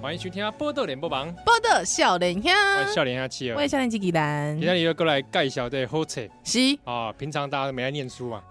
欢迎收听波豆联播榜，报道少年兄，我是笑脸下企我鹅也。少年机器人啊今，天又过来介绍这好册是，啊，平常大家都没爱念书 嘛，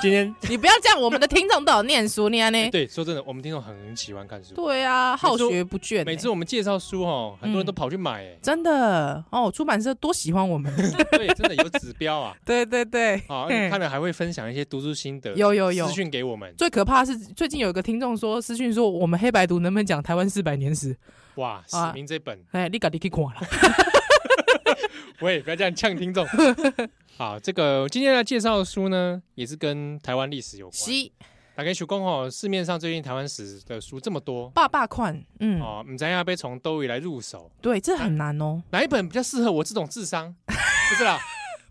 今天哎你不要这样，我们的听众都有念书，你看呢？对说真的，我们听众很喜欢看书，哎对啊，好学不倦欸，，每次我们介绍书哦，很多人都跑去买哎真的哦，出版社多喜欢我们，对，真的有指标 啊，对对对，啊，而且嗯看了还会分享一些读书心得，有有有资讯给我们，最可怕的是最近有一个听众说私讯说我们黑白读能不能讲台湾四百年史？哇，使啊命这本，哎，你搞你去看了，喂，不要这样呛 听众。好，这个今天来介绍的书呢，也是跟台湾历史有关。是打开曙光哦，市面上最近台湾史的书这么多爸爸款，嗯，哦，唔知要被从兜里来入手，对，这很难哦，哪一本比较适合我这种智 商？不是啦，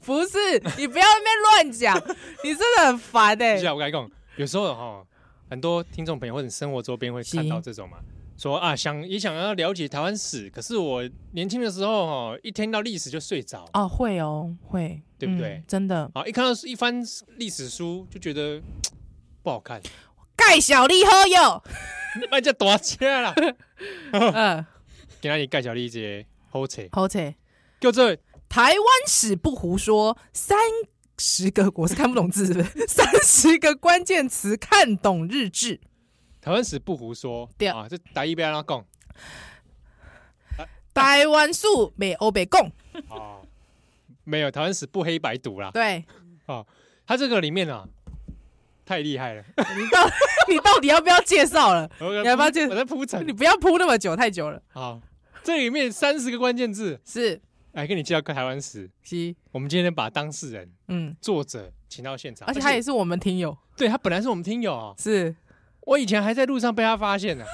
不是，你不要在那边乱讲，你真的很烦不哎是啦，我跟你讲，有时候哈、哦，很多听众朋友或者生活周边会看到是这种嘛，说啊想也想要了解台湾史，可是我年轻的时候哦，一听到历史就睡着啊、哦，会哦，会，对不嗯对真的，一看到一翻历史书就觉得不好看，盖小丽喝哟，那叫多车 啦。嗯，今天介绍你一个好册，好切。叫做《台湾史不胡说，三十个我是看不懂字是不是， 三十个关键词看懂日志。台湾史不胡说》对啊，这打一边让讲台湾数美欧北共，啊， 没有台湾史不黑白读啦。哦对它这个里面啊，太厉害了，你到 你到底要不要介绍了？我在你要不要铺介我在铺陈你。不要铺那么久，太久了。好，这里面三十个关键字，是来跟你介绍台湾史。是，我们今天把当事人、嗯，作者请到现场，而且他也是我们听友，对他本来是我们听友啊，是我以前还在路上被他发现呢、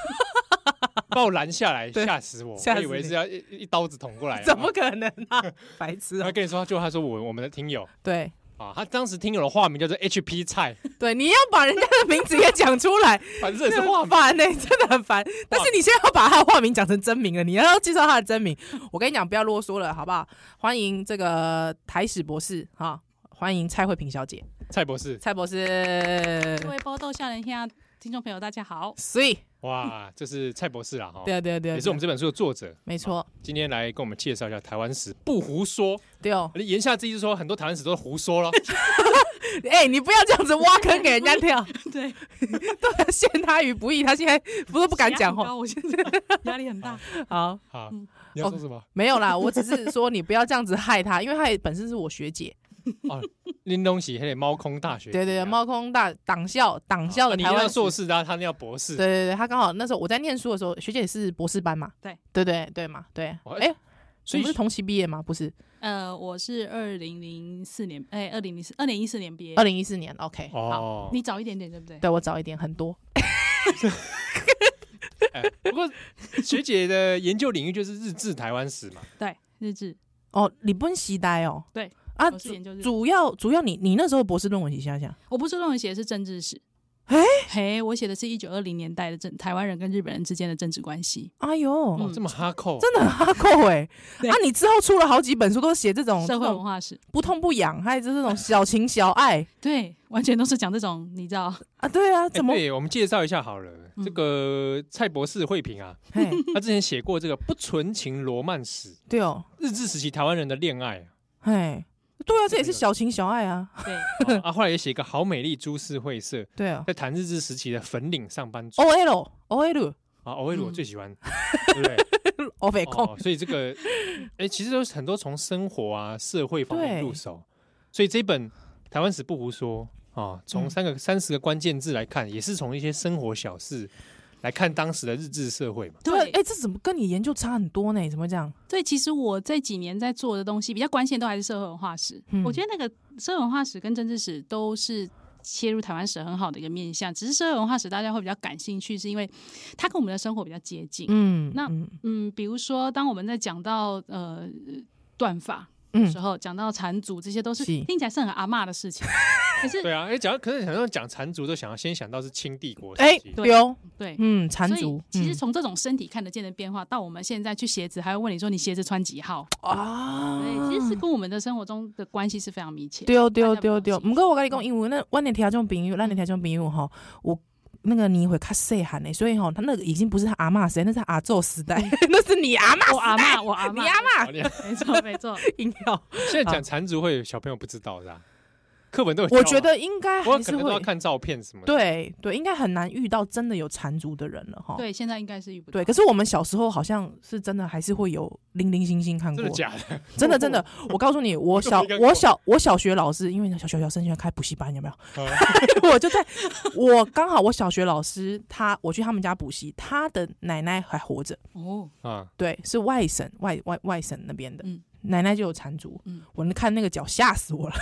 把我拦下来，对吓死我！吓我死以为你是要一一刀子捅过来，怎么可能啊？白痴他 哦！跟你说，就他说我我们的听友，对啊，他当时听友的化名叫做 HP 菜，对，你要把人家的名字也讲出来，反啊正也是欸化很名。烦呢、 真的很烦。但是你现在要把他的化名讲成真名了，你要介绍他的真名。我跟你讲，不要啰嗦了，好不好？欢迎这个台史博士哈，欢迎蔡慧萍小姐，蔡博士，蔡博士。 各位波豆笑人下听众朋友，大 家好。所以，哇，这是蔡博士啦哈，对啊对啊对啊，也是我们这，这本书的作者，没错，今天来跟我们介绍一下台湾史，不胡说。对 哦。言下之意是说，很多台湾史都是胡说了。嗯哎、你不要这样子挖坑给人家跳， 对，对，陷他于不义。他 现在不是不敢讲血压很话。高我现 在压力很大。好， 好嗯，你要说什么？没有啦，我只是说你不要这样子害他，因为他也本身是我学姐。林东喜还得猫空大学，对对对，猫空大党校党校的你台要湾硕士啊的啊，他那要博士。对对对，他刚好那时候我在念书的时候，学姐也是博士班嘛。对对对对嘛，对。哦哎、所所以以是同期毕业吗？不是，呃，我是二零零四年，哎、2二零零四，二零一四年毕业二。零一四年。OK，、好，哦，你早一点点，对不对？对我早一点很多。哎不过学姐的研究领域就是日治台湾史嘛，对，日志，哦，你不能期待哦。对啊，我是主研究日志。主要主要你你那时候博士论文写下下，我不是论文写的是政治史。哎嘿，我写的是一九二零年代的政台湾人跟日本人之间的政治关系。哎呦，哦嗯，这么哈扣，真的很哈扣哎、对啊，你之后出了好几本书，都是写这种社会哦这文种化史，不痛不痒，还有就是这种小情小爱对，完全都是讲这种，你知道，啊。对啊，哎怎么？对，我们介绍一下好了。嗯这个蔡博士慧平啊，嘿，他之前写过这个《不纯情罗曼史》，对哦，日治时期台湾人的恋爱啊嘿，对啊，这也这个有是小情小爱啊。对，啊，啊后来也写一个《好美丽株式会社》，对啊在谈日治时期的粉岭上班族，O L O L 啊，偶尔我嗯最喜 欢，对不对？ O 北控。哦，所以这个，哎，其实都是很多从生活啊、社会方面对入手，所以这本《台湾史不胡说》啊，从嗯三个三十个关键字来看，也是从一些生活小事来看当时的日治社会嘛。对，哎、对，这怎么跟你研究差很多呢？怎么会这样？对，其实我这几年在做的东西比较关键，都还是社会文化史。嗯我觉得那个社会文化史跟政治史都是切入台湾史很好的一个面向。只是社会文化史大家会比较感兴趣，是因为它跟我们的生活比较接近。嗯嗯那嗯比如说当我们在讲到呃断发的时嗯，候，讲到缠足，这些都是是听起来是很阿嬷的事 情。可是对啊，哎，讲可是很多人讲缠足都想要先想到是清帝国时哎、期，对丢，对。嗯，缠所以足，，其实嗯从这种身体看得见的变化，到我们现在去鞋子，还会问你说你鞋子穿几号？啊，哦对，其实是跟我们的生活中的关系是非常密切的。丢大丢家不丢好丢。记毋过我甲你讲，因为咱阮的听众朋友，咱的嗯听众朋友吼，有那个你会卡塞喊呢，所以哈、他那个已经不是他阿嬷时代，那是他阿宙时代， 那是你阿嬷嗯我阿时代嬷，我阿你嬷，阿嬷好哦你看没错没错，硬要，现在讲缠足会有小朋友不知道是吧？课本都有教啊，我觉得应该我还可是能都要会，看照片什么的。对对，应该很难遇到真的有缠足的人了哈。对，现在应该是遇不到对，可是我们小时候好像是真的还是会有零零星星看过真的，假 的？真的真的，我告诉你，我都小没看过我小我小学老师，因为小小学生喜欢开补习班，有没有？ 哦啊我就在，我刚好我小学老师他，我去他们家补习，他的奶奶还活着，哦， 啊，对，是外省外外外省那边的，嗯奶奶就有缠足，嗯我看那个脚吓死我了，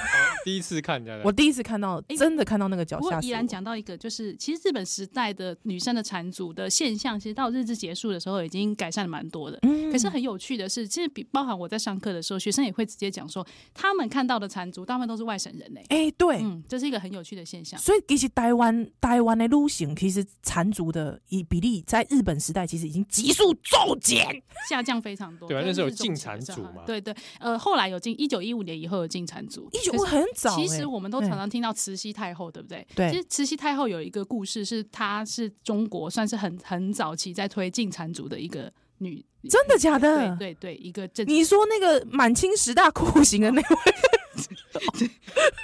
第一次看人家我的，第一次看到，哎真的看到那个脚不过吓死依我然。讲到一个，就是其实日本时代的女生的缠足的现象，其实到日治结束的时候已经改善了蛮多的。嗯可是很有趣的是，其实比包含我在上课的时候，学生也会直接讲说，他们看到的缠足大部分都是外省人嘞、哎、对，嗯，这是一个很有趣的现象。所以其实台湾台湾的路行，其实缠足的以比例在日本时代其实已经急速骤减。下降非常多。对啊在那时候日有治时期的禁时产组候嘛对对，呃，后来有进一九一五年以后有进产组，一九可是很早、其哎实我们都常常听到慈禧太后，对不对？对其实慈禧太后有一个故事，是她是中国算是很很早期在推进产组的一个女，欸真的假的？对对对，一个政治。嗯你说那个满清十大酷刑的那位，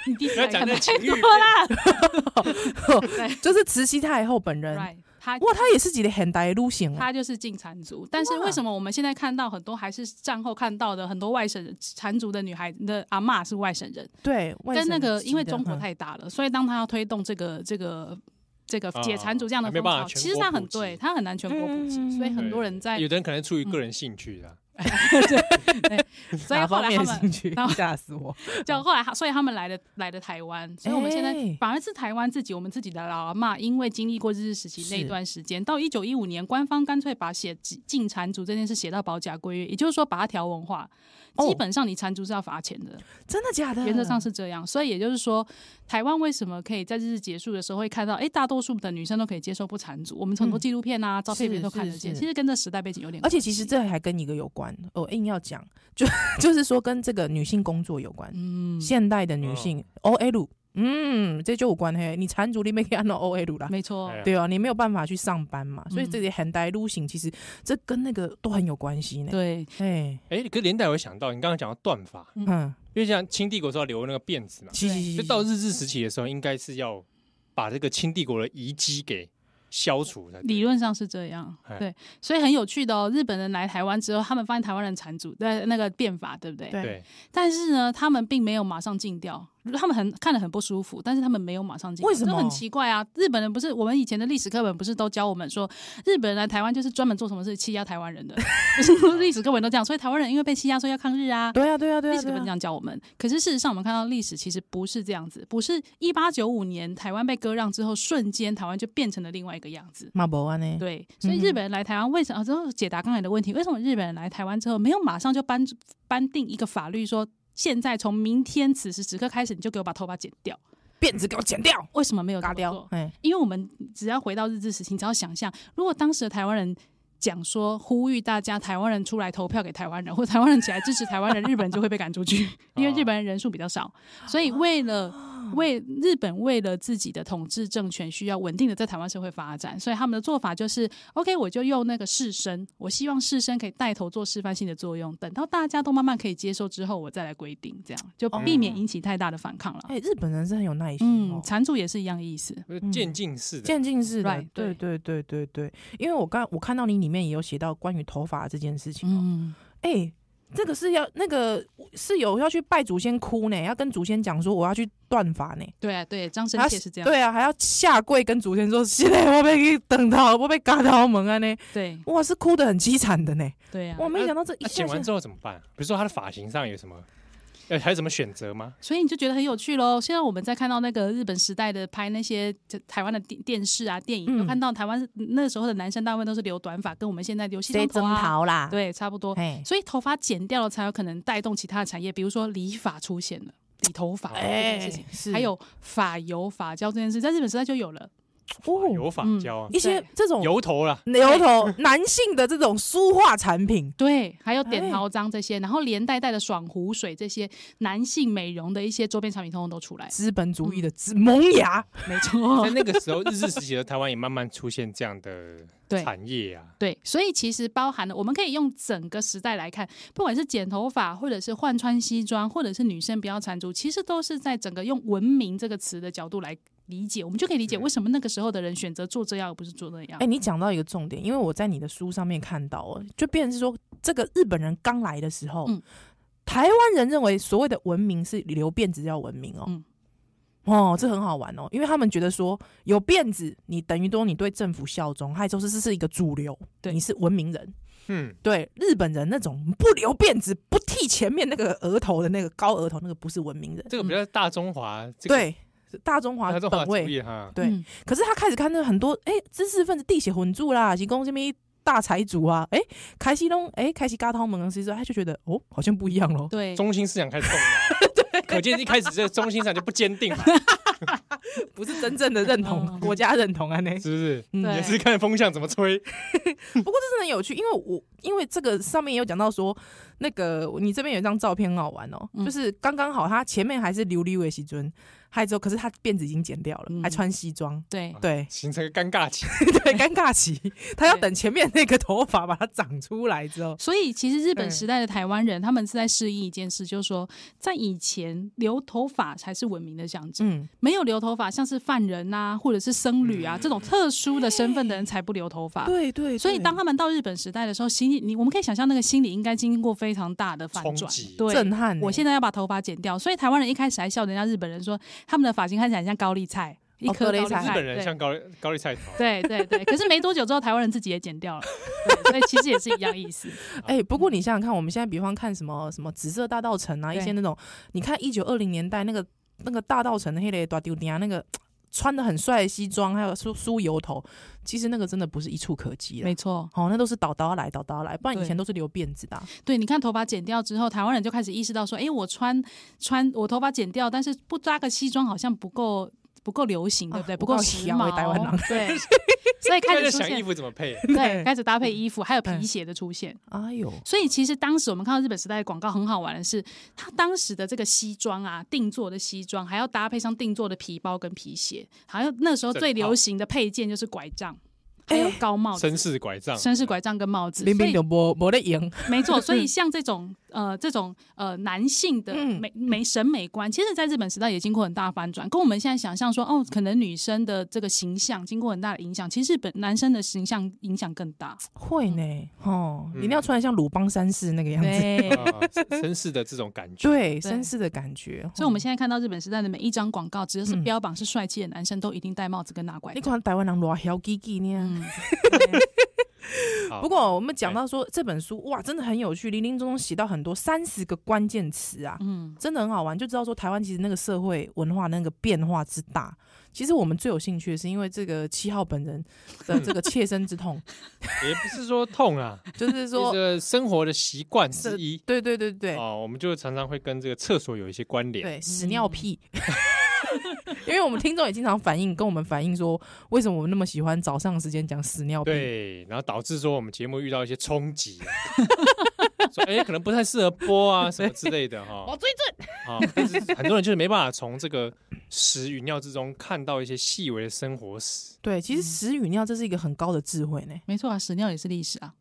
你第一不次要来讲看那吧情 欲片， 就是慈禧太后本人。哦，right？她哇，她也是几个很大的路线哦。她就是进产族，但是哇为什么我们现在看到很多还是战后看到的很多外省人缠族的女孩的阿嬷是外省人？对，外跟那省个籍因为的嗯中国哈太大了，所以当他要推动这个这个这个解缠族这样的啊没风办法潮，全其实国他普很及对，他很难全国普及，嗯所以很多人在有，的人可能出于个人兴趣啦，所以哪后方来面他的兴们趣然 后吓死 我。就后来他，所以他们来了来了台湾，所以我们现在哦哎反而是台湾自己，我们自己的老阿嬷，因为经历过日治时期那是段时间，到一九一五年，官方干脆把写禁缠族这件事写到保甲规约，也就是说把它条文化，哦嗯基本上你缠族是要罚钱的。真的假的？原则上是这样，所以也就是说，台湾为什么可以在日治结束的时候会看到，哎，大多数的女生都可以接受不缠足，我们很多嗯纪录片啊、照片里面都看得见，是是其实跟这时代背景有点而关系，且其实这还跟一个有关，我、硬要讲，就就是说跟这个女性工作有关。嗯，哦现代的女性 OL，嗯，这就有关嘿。你缠足里面可以按到 OL 啦，没错，哎呀对啊，你没有办法去上班嘛，所以嗯这些很代路行，其实这跟那个都很有关系呢。对，哎，哎，可是连带我想到你刚刚讲到断发，嗯，因为像清帝国时候留那个辫子嘛，是是，就是到日治时期的时候，应该是要把这个清帝国的遗迹给消除才对理论上是这样哎，对，所以很有趣的哦。日本人来台湾之后，他们发现台湾人缠足的那个变法，对不对？对对，但是呢，他们并没有马上禁掉，他们很看得很不舒服，但是他们没有马上禁掉，为什么这很奇怪啊！日本人不是我们以前的历史课本不是都教我们说，日本人来台湾就是专门做什么事欺压台湾 人的，不是历史课本都这样，所以台湾人因为被欺压，所以要抗日啊。对啊，对啊，对历啊，史课对本这啊，样教我们，可是事实上我们看到历史其实不是这样子，不是一八九五年台湾被割让之后，瞬间台湾就变成了另外一个样子。马博安呢？对，所以嗯哼日本人来台湾为什么？之后解答刚才的问题，为什么日本人来台湾之后没有马上就颁颁定一个法律说？现在从明天此时此刻开始，你就给我把头发剪掉。辫子给我剪掉，为什么没有这嘎么掉做，？哎，因为我们只要回到日治时期，你只要想象，如果当时的台湾人讲说呼吁大家台湾人出来投票给台湾人，或台湾人起来支持台湾人，日本人就会被赶出去，因为日本人人数比较少。所以为了为日本为了自己的统治政权需要稳定的在台湾社会发展，所以他们的做法就是，OK，我就用那个士绅，我希望士绅可以带头做示范性的作用，等到大家都慢慢可以接受之后，我再来规定，这样就避免引起太大的反抗了。哎，日本人是很有耐心嗯哦，，缠住也是一样的意思。就是渐进式的，渐进式的 Right，，对对对对对对，因为我刚我看到你里面也有写到关于头发这件事情哦，嗯，哎，这个是要那个是有要去拜祖先哭呢，要跟祖先讲说我要去断发呢，对啊，对，张生还要切是这样，对啊，还要下跪跟祖先说，现在我被等到，我被嘎到门啊呢，对哇，是哭的很凄惨的呢，对啊我。没想到这一那下剪完下之后怎么办？比如说他的发型上有什么，呃，还有什么选择吗？所以你就觉得很有趣喽。现在我们在看到那个日本时代的拍那些就台湾的电电视啊、电影，嗯都看到台湾是那时候的男生大部分都是留短发，跟我们现在留西谁装征头啊，讨啦，，对，差不多。哎。所以头发剪掉了，才有可能带动其他的产业，比如说理发出现了，理头发这件事情，哎是还有发油、发胶这件事，在日本时代就有了。哦哇有法嗯教啊，一些对这种油头啦，牛头男性的这种梳化产品，对，还有点哎桃脏这些，然后连带带的爽湖水这些男性美容的一些周边产品，通通都出来。资本主嗯义的资萌芽，没 错在，那个时候日治时期的台湾也慢慢出现这样的对产业啊。 对，所以其实包含了，我们可以用整个时代来看，不管是剪头发，或者是换穿西装，或者是女生不要缠足，其实都是在整个用“文明”这个词的角度来理解，我们就可以理解是为什么那个时候的人选择做这样，而不是做那样。哎、你讲到一个重点，因为我在你的书上面看到哦，就变成是说，这个日本人刚来的时候，嗯台湾人认为所谓的文明是留辫子叫文明哦。嗯哦，这很好玩哦，因为他们觉得说有辫子，你等于多你对政府效忠，还有就是这是一个主流，对你是文明人。嗯，对日本人那种不留辫子、不剃前面那个额头的那个高额头，那个不是文明人。这个比较大中华，这个对，是大中华大中华本主位。义哈，对嗯可是他开始看到很多哎、知识分子滴血混住啦，是讲什么大财主啊，哎、开始弄哎、开始嘎他们的时候，他就觉得哦，好像不一样咯。对，中心思想开始动摇。可见一开始这个中心思想就不坚定嘛，不是真 正的认同、嗯国家认同啊呢。是不是？嗯对也是看风向怎么吹。不过这真的很有趣，因为我因为这个上面也有讲到说，那个你这边有一张照片很好玩哦，嗯就是刚刚好他前面还是琉璃维西尊，还之后可是他辫子已经剪掉了，嗯还穿西装，对，对 形成一个尴尬期。对，尴尬期，他要对等前面那个头发把它长出来之后，所以其实日对本时代的台湾人，他们是在适应一件事，就是说，在以前留头发才是文明的象征，嗯，没有留头发，像是犯人呐、或者是僧侣啊、嗯这种特殊的身份的人才不留头发。对对，所以对当他们到日本时代的时候，心里你我们可以想象那个心理应该经过非常大的反冲转击，对。震撼欸、我现在要把头发剪掉，所以台湾人一开始还笑人家日本人说他们的发型看起来很像高丽菜，一哦高颗高丽丽菜菜。日本人对像高丽高丽菜头，对对对，可是没多久之后，台湾人自己也剪掉了，对所以其实也是一样意 思。哎、不嗯过你想想看，我们现在比方看什么什么紫色大道城啊，一对些那种，你看一九二零年代那个那个大道城的黑雷大丢丁啊，那个穿的很帅的西装，还有梳梳油头，其实那个真的不是一触可及了没。错，哦，那都是倒刀来倒刀来，不然以对前都是留辫子的啊、对，你看头发剪掉之后，台湾人就开始意识到说，哎，我穿穿我头发剪掉，但是不扎个西装好像不够不够流行，对不啊对？不不够够时行为髦台湾人， 对，所以开他就始出想衣现。服怎么配，对，开始搭配衣服，还有嗯皮鞋的出现。哎呦，所以其实当时我们看到日本时代的广告很好玩的是，它当时的这个西装啊，定做的西装，还要搭配上定做的皮包跟皮鞋，还有那时候最流行的配件就是拐杖，还哎有高帽子。绅士拐杖，绅士拐杖跟帽子，明所明以就没没得赢。没错，所以像这种 呃这种呃男性的嗯美美审美观，其实在日本时代也经过很大翻转，跟我们现在想象说哦，可能女生的这个形象经过很大的影响，其实日本男生的形象影响更大。会呢，哦，嗯你一定要穿的像鲁邦三世那个样子，对，啊绅士的这种感觉。对，对绅士的感觉。所以我们哦现在看到日本时代的每一张广告，只要是嗯标榜是帅气的男生，都一定戴帽子跟拿拐你杖。看台湾人多小叽叽呢。 嗯，好不过我们讲到说这本书哇，真的很有趣，林林总总写到很多三十个关键词啊，嗯，真的很好玩，就知道说台湾其实那个社会文化那个变化之大。其实我们最有兴趣的是因为这个七号本人 的这个切身之痛，也不是说痛啊，就是这说，个生活的习惯之一。对对对对哦，我们就常常会跟这个厕所有一些关联。对，屎尿屁。嗯 因为我们听众也经常反映，跟我们反映说，为什么我们那么喜欢早上时间讲屎尿屁？对，然后导致说我们节目遇到一些冲击啊， 说哎、可能不太适合播啊什么之类的哈。我追啊，但是很多人就是没办法从这个屎与尿之中看到一些细微的生活史。对，其实屎与尿这是一个很高的智慧呢。没错啊，屎尿也是历史啊。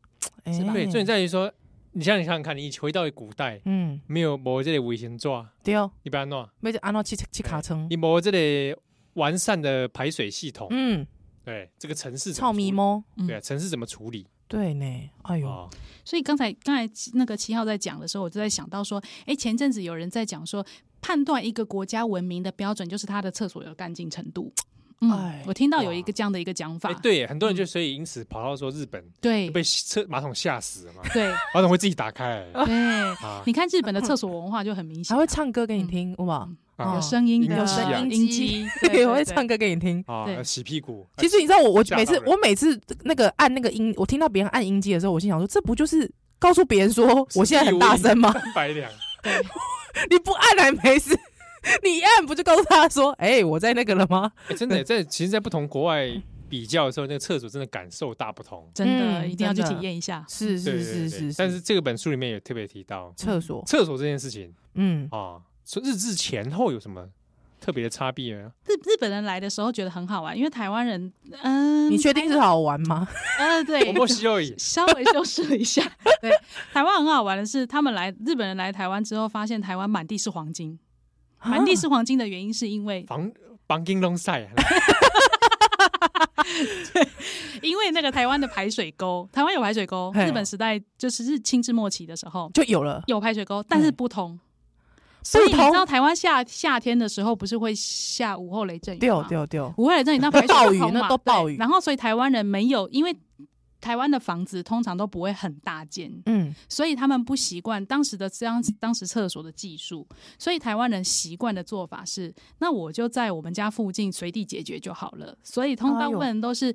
是吧哎对，重点在于说，你像你想想看，你回到古代，嗯，没有无这个危险抓，对哦，你不要弄，没就安诺去去卡称，你无这个完善的排水系统，嗯，对这个城市怎么臭咪处理摸。嗯对啊，城市怎么处理？对呢，哎呦，哦，所以刚才刚才那个七号在讲的时候，我就在想到说，哎，前阵子有人在讲说，判断一个国家文明的标准就是它的厕所有干净程度。哎嗯，我听到有哇一个这样的一个讲法哎，，对，很嗯多人就所以因此跑到说日本对被车马桶吓死了嘛，对马桶会自己打开 来 哦对，啊，你看日本的厕所文化就很明显还，会唱歌给你听，好不 好？啊有声音有的声音音机机， 对，我会对唱歌给你听。啊，对洗屁股，其 实你知道我，我吓到每次人我每次那个按那个音，我听到别人按音机的时候，我心想说，这不就是告诉别人说我现在很大声吗？ 白两，对你不按还没事，你一按不就告诉他说，哎、我在那个了吗？欸真的在其实，在不同国外比较的时候，那个厕所真的感受大不同。真的、嗯一定要去真的体验一下。是对是对对是是哦对，但是这个本书里面也特别提到厕所，厕所这件事情嗯，啊，说日志前后有什么特别的差别呢？日日本人来的时候觉得很好玩，因为台湾人，嗯，你确定是好玩吗？呃，对，我，莫西而已稍微修饰了一 下。对，台湾很好玩的是，他们来日本人来台湾之后，发现台湾满地是黄金。啊满地是黄金的原因是因 为房房金龙赛啊，因为那个台湾的排水沟，台湾有排水沟，嘿日本时代就是日清至末期的时候就有了，有排水沟，但是不通。所以不你知道同，台湾夏夏天的时候不是会下午后雷阵雨丢吗？丢丢，午后雷阵雨那排哦水暴啊不雨通那嘛都对暴雨然后所以台湾人没有，因为台湾的房子通常都不会很大间，嗯，所以他们不习惯当时的这样当时厕所的技术，所以台湾人习惯的做法是，那我就在我们家附近随地解决就好了。所以通哎大呦部分人都是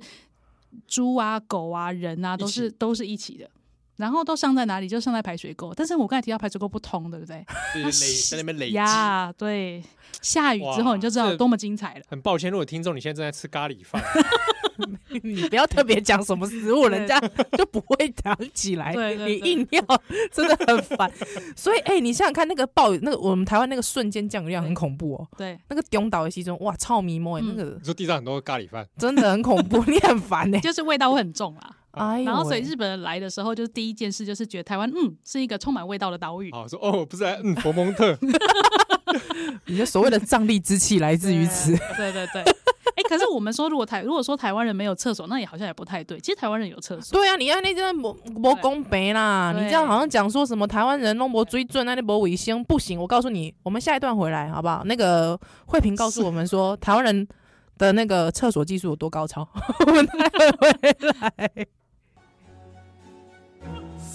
猪啊、狗啊、人啊，都一是都是一起的。然后都上在哪里？就上在排水沟。但是我刚才提到排水沟不通，对不对？ 就是累在那边累积。呀对，下雨之哇后你就知道有这多么精彩了。很抱歉，如果听众你现在正在吃咖喱饭， 你不要特别讲什么食物，对人家就不会讲起来。对对你对硬要，真的很烦。所以，哎、你想想看，那个暴雨，那个我们台湾那个瞬间降雨量很恐怖哦。对，那个丢倒的西中，哇，超迷蒙哎，那嗯个你说地上很多咖喱饭，真的很恐怖， 你很烦哎。就是味道会很重啊啦。哎呦然后所以喂日本人来的时候，就是第一件事就是觉得台湾嗯是一个充满味道的岛屿。好说哦，不是啊，嗯，佛蒙特， 你的所 谓的瘴疠之气来自于此。对对对。 哎、可是我们说，如果台如果说台湾人没有厕所，那也好像也不太对。其实台湾人有厕所，对啊，你要那阵没没公平啦！你对这样好像讲说什么台湾人弄没追准，那那没卫生不行。我告诉你，我们下一段回来好不好？那个慧萍告诉我们说，台湾人的那个厕所技术有多高超。我们待会回来。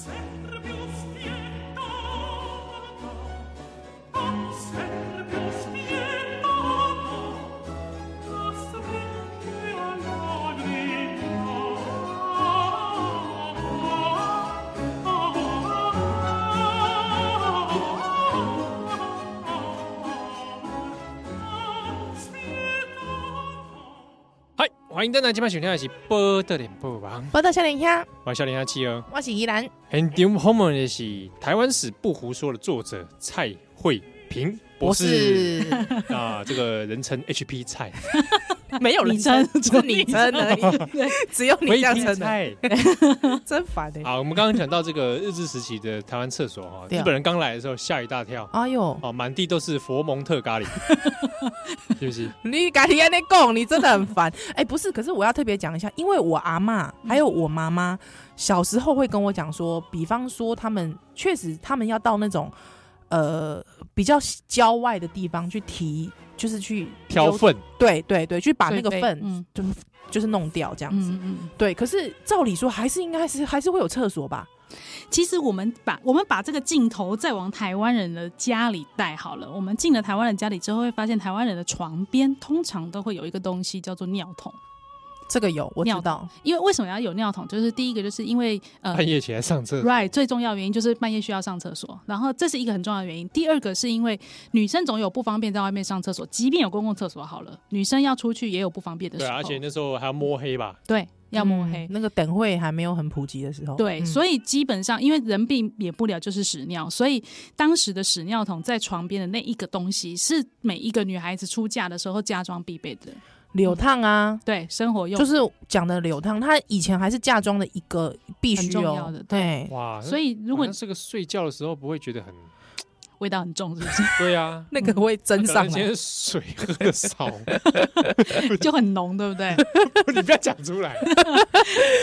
Sempre più spietata, oh, sempre più spietata, la stringe all'anima. Ah, ah, ah, ah, ah, spietata. 嗨，欢迎登来今晚收听的是《波特点播王》，报道笑脸虾，我是小林阿七哦儿。我是宜兰。很丢 home 的是台湾史不胡说的作者蔡慧平博士啊，这个人称 HP 蔡，没有人 你称只有 你称而已，只有你这样微 称的，菜。真烦哎！好，我们刚刚讲到这个 日治时期的台湾厕所哈，对啊日本人刚来的时候吓一大跳。哎呦，哦，满地都是佛蒙特咖喱，是不是？你咖喱在那供，你真的很烦。 哎、不是，可是我要特别讲一下，因为我阿嬷还有我妈妈嗯小时候会跟我讲说，比方说他们确实他们要到那种呃比较郊外的地方去提，就是去挑，粪，对对对，去把对那个对粪、嗯就是弄掉这样子。嗯嗯。对，可是照理说还是应该还是还是会有厕所吧？其实我们把我们把这个镜头再往台湾人的家里带好了。我们进了台湾人家里之后，会发现台湾人的床边通常都会有一个东西叫做尿桶。这个有我知尿道，因为为什么要有尿桶？就是第一个，就是因为呃半夜起来上厕所， Right，最重要的原因就是半夜需要上厕所，然后这是一个很重要的原因。第二个是因为女生总有不方便在外面上厕所，即便有公共厕所好了，女生要出去也有不方便的时对候。啊，而且那时候还要摸黑吧，对要摸黑。嗯那嗯个等会还没有很普及的时候，对，以所以基本上因为人避免不了就是屎尿，所以当时的屎尿桶在床边的那一个东西是每一个女孩子出嫁的时候嫁妆必备的，嗯流烫啊，对，生活用就。是讲的流烫，它以前还是嫁妆的一个必须很重哦要的对，哇，所以以如果这个睡觉的时候不会觉得很，味道很重，是不 是对啊，那个会蒸可能上今嗯来。天水喝的少， 就很浓，对不对？你不要讲出来。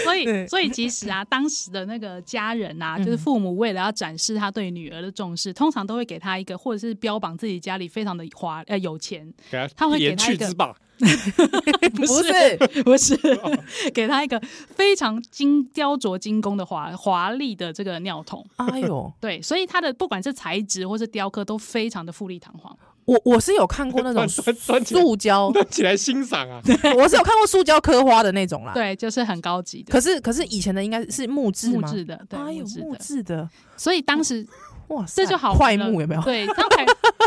所对以，所以其实啊，当时的那个家人啊，嗯就是父母为了要展示他对女儿的重视，通常都会给他一个，或者是标榜自己家里非常的华呃有钱，给他他会给连他去一个之霸， 不不是，不是哦 给他一个非常精雕琢精工的华华丽的这个尿桶。哎呦，对，所以它的不管是材质或是雕刻都非常的富丽堂皇。我我是有看过 那种端端起来塑胶，端起来欣赏啊。我是有看过塑胶刻花的那种啦。，对，就是很高级的可是可是以前的应该是木质木吗？质的，对哎呦，木质木的。质的，所以当时哇塞，这就好快玩了木有没有？对，当台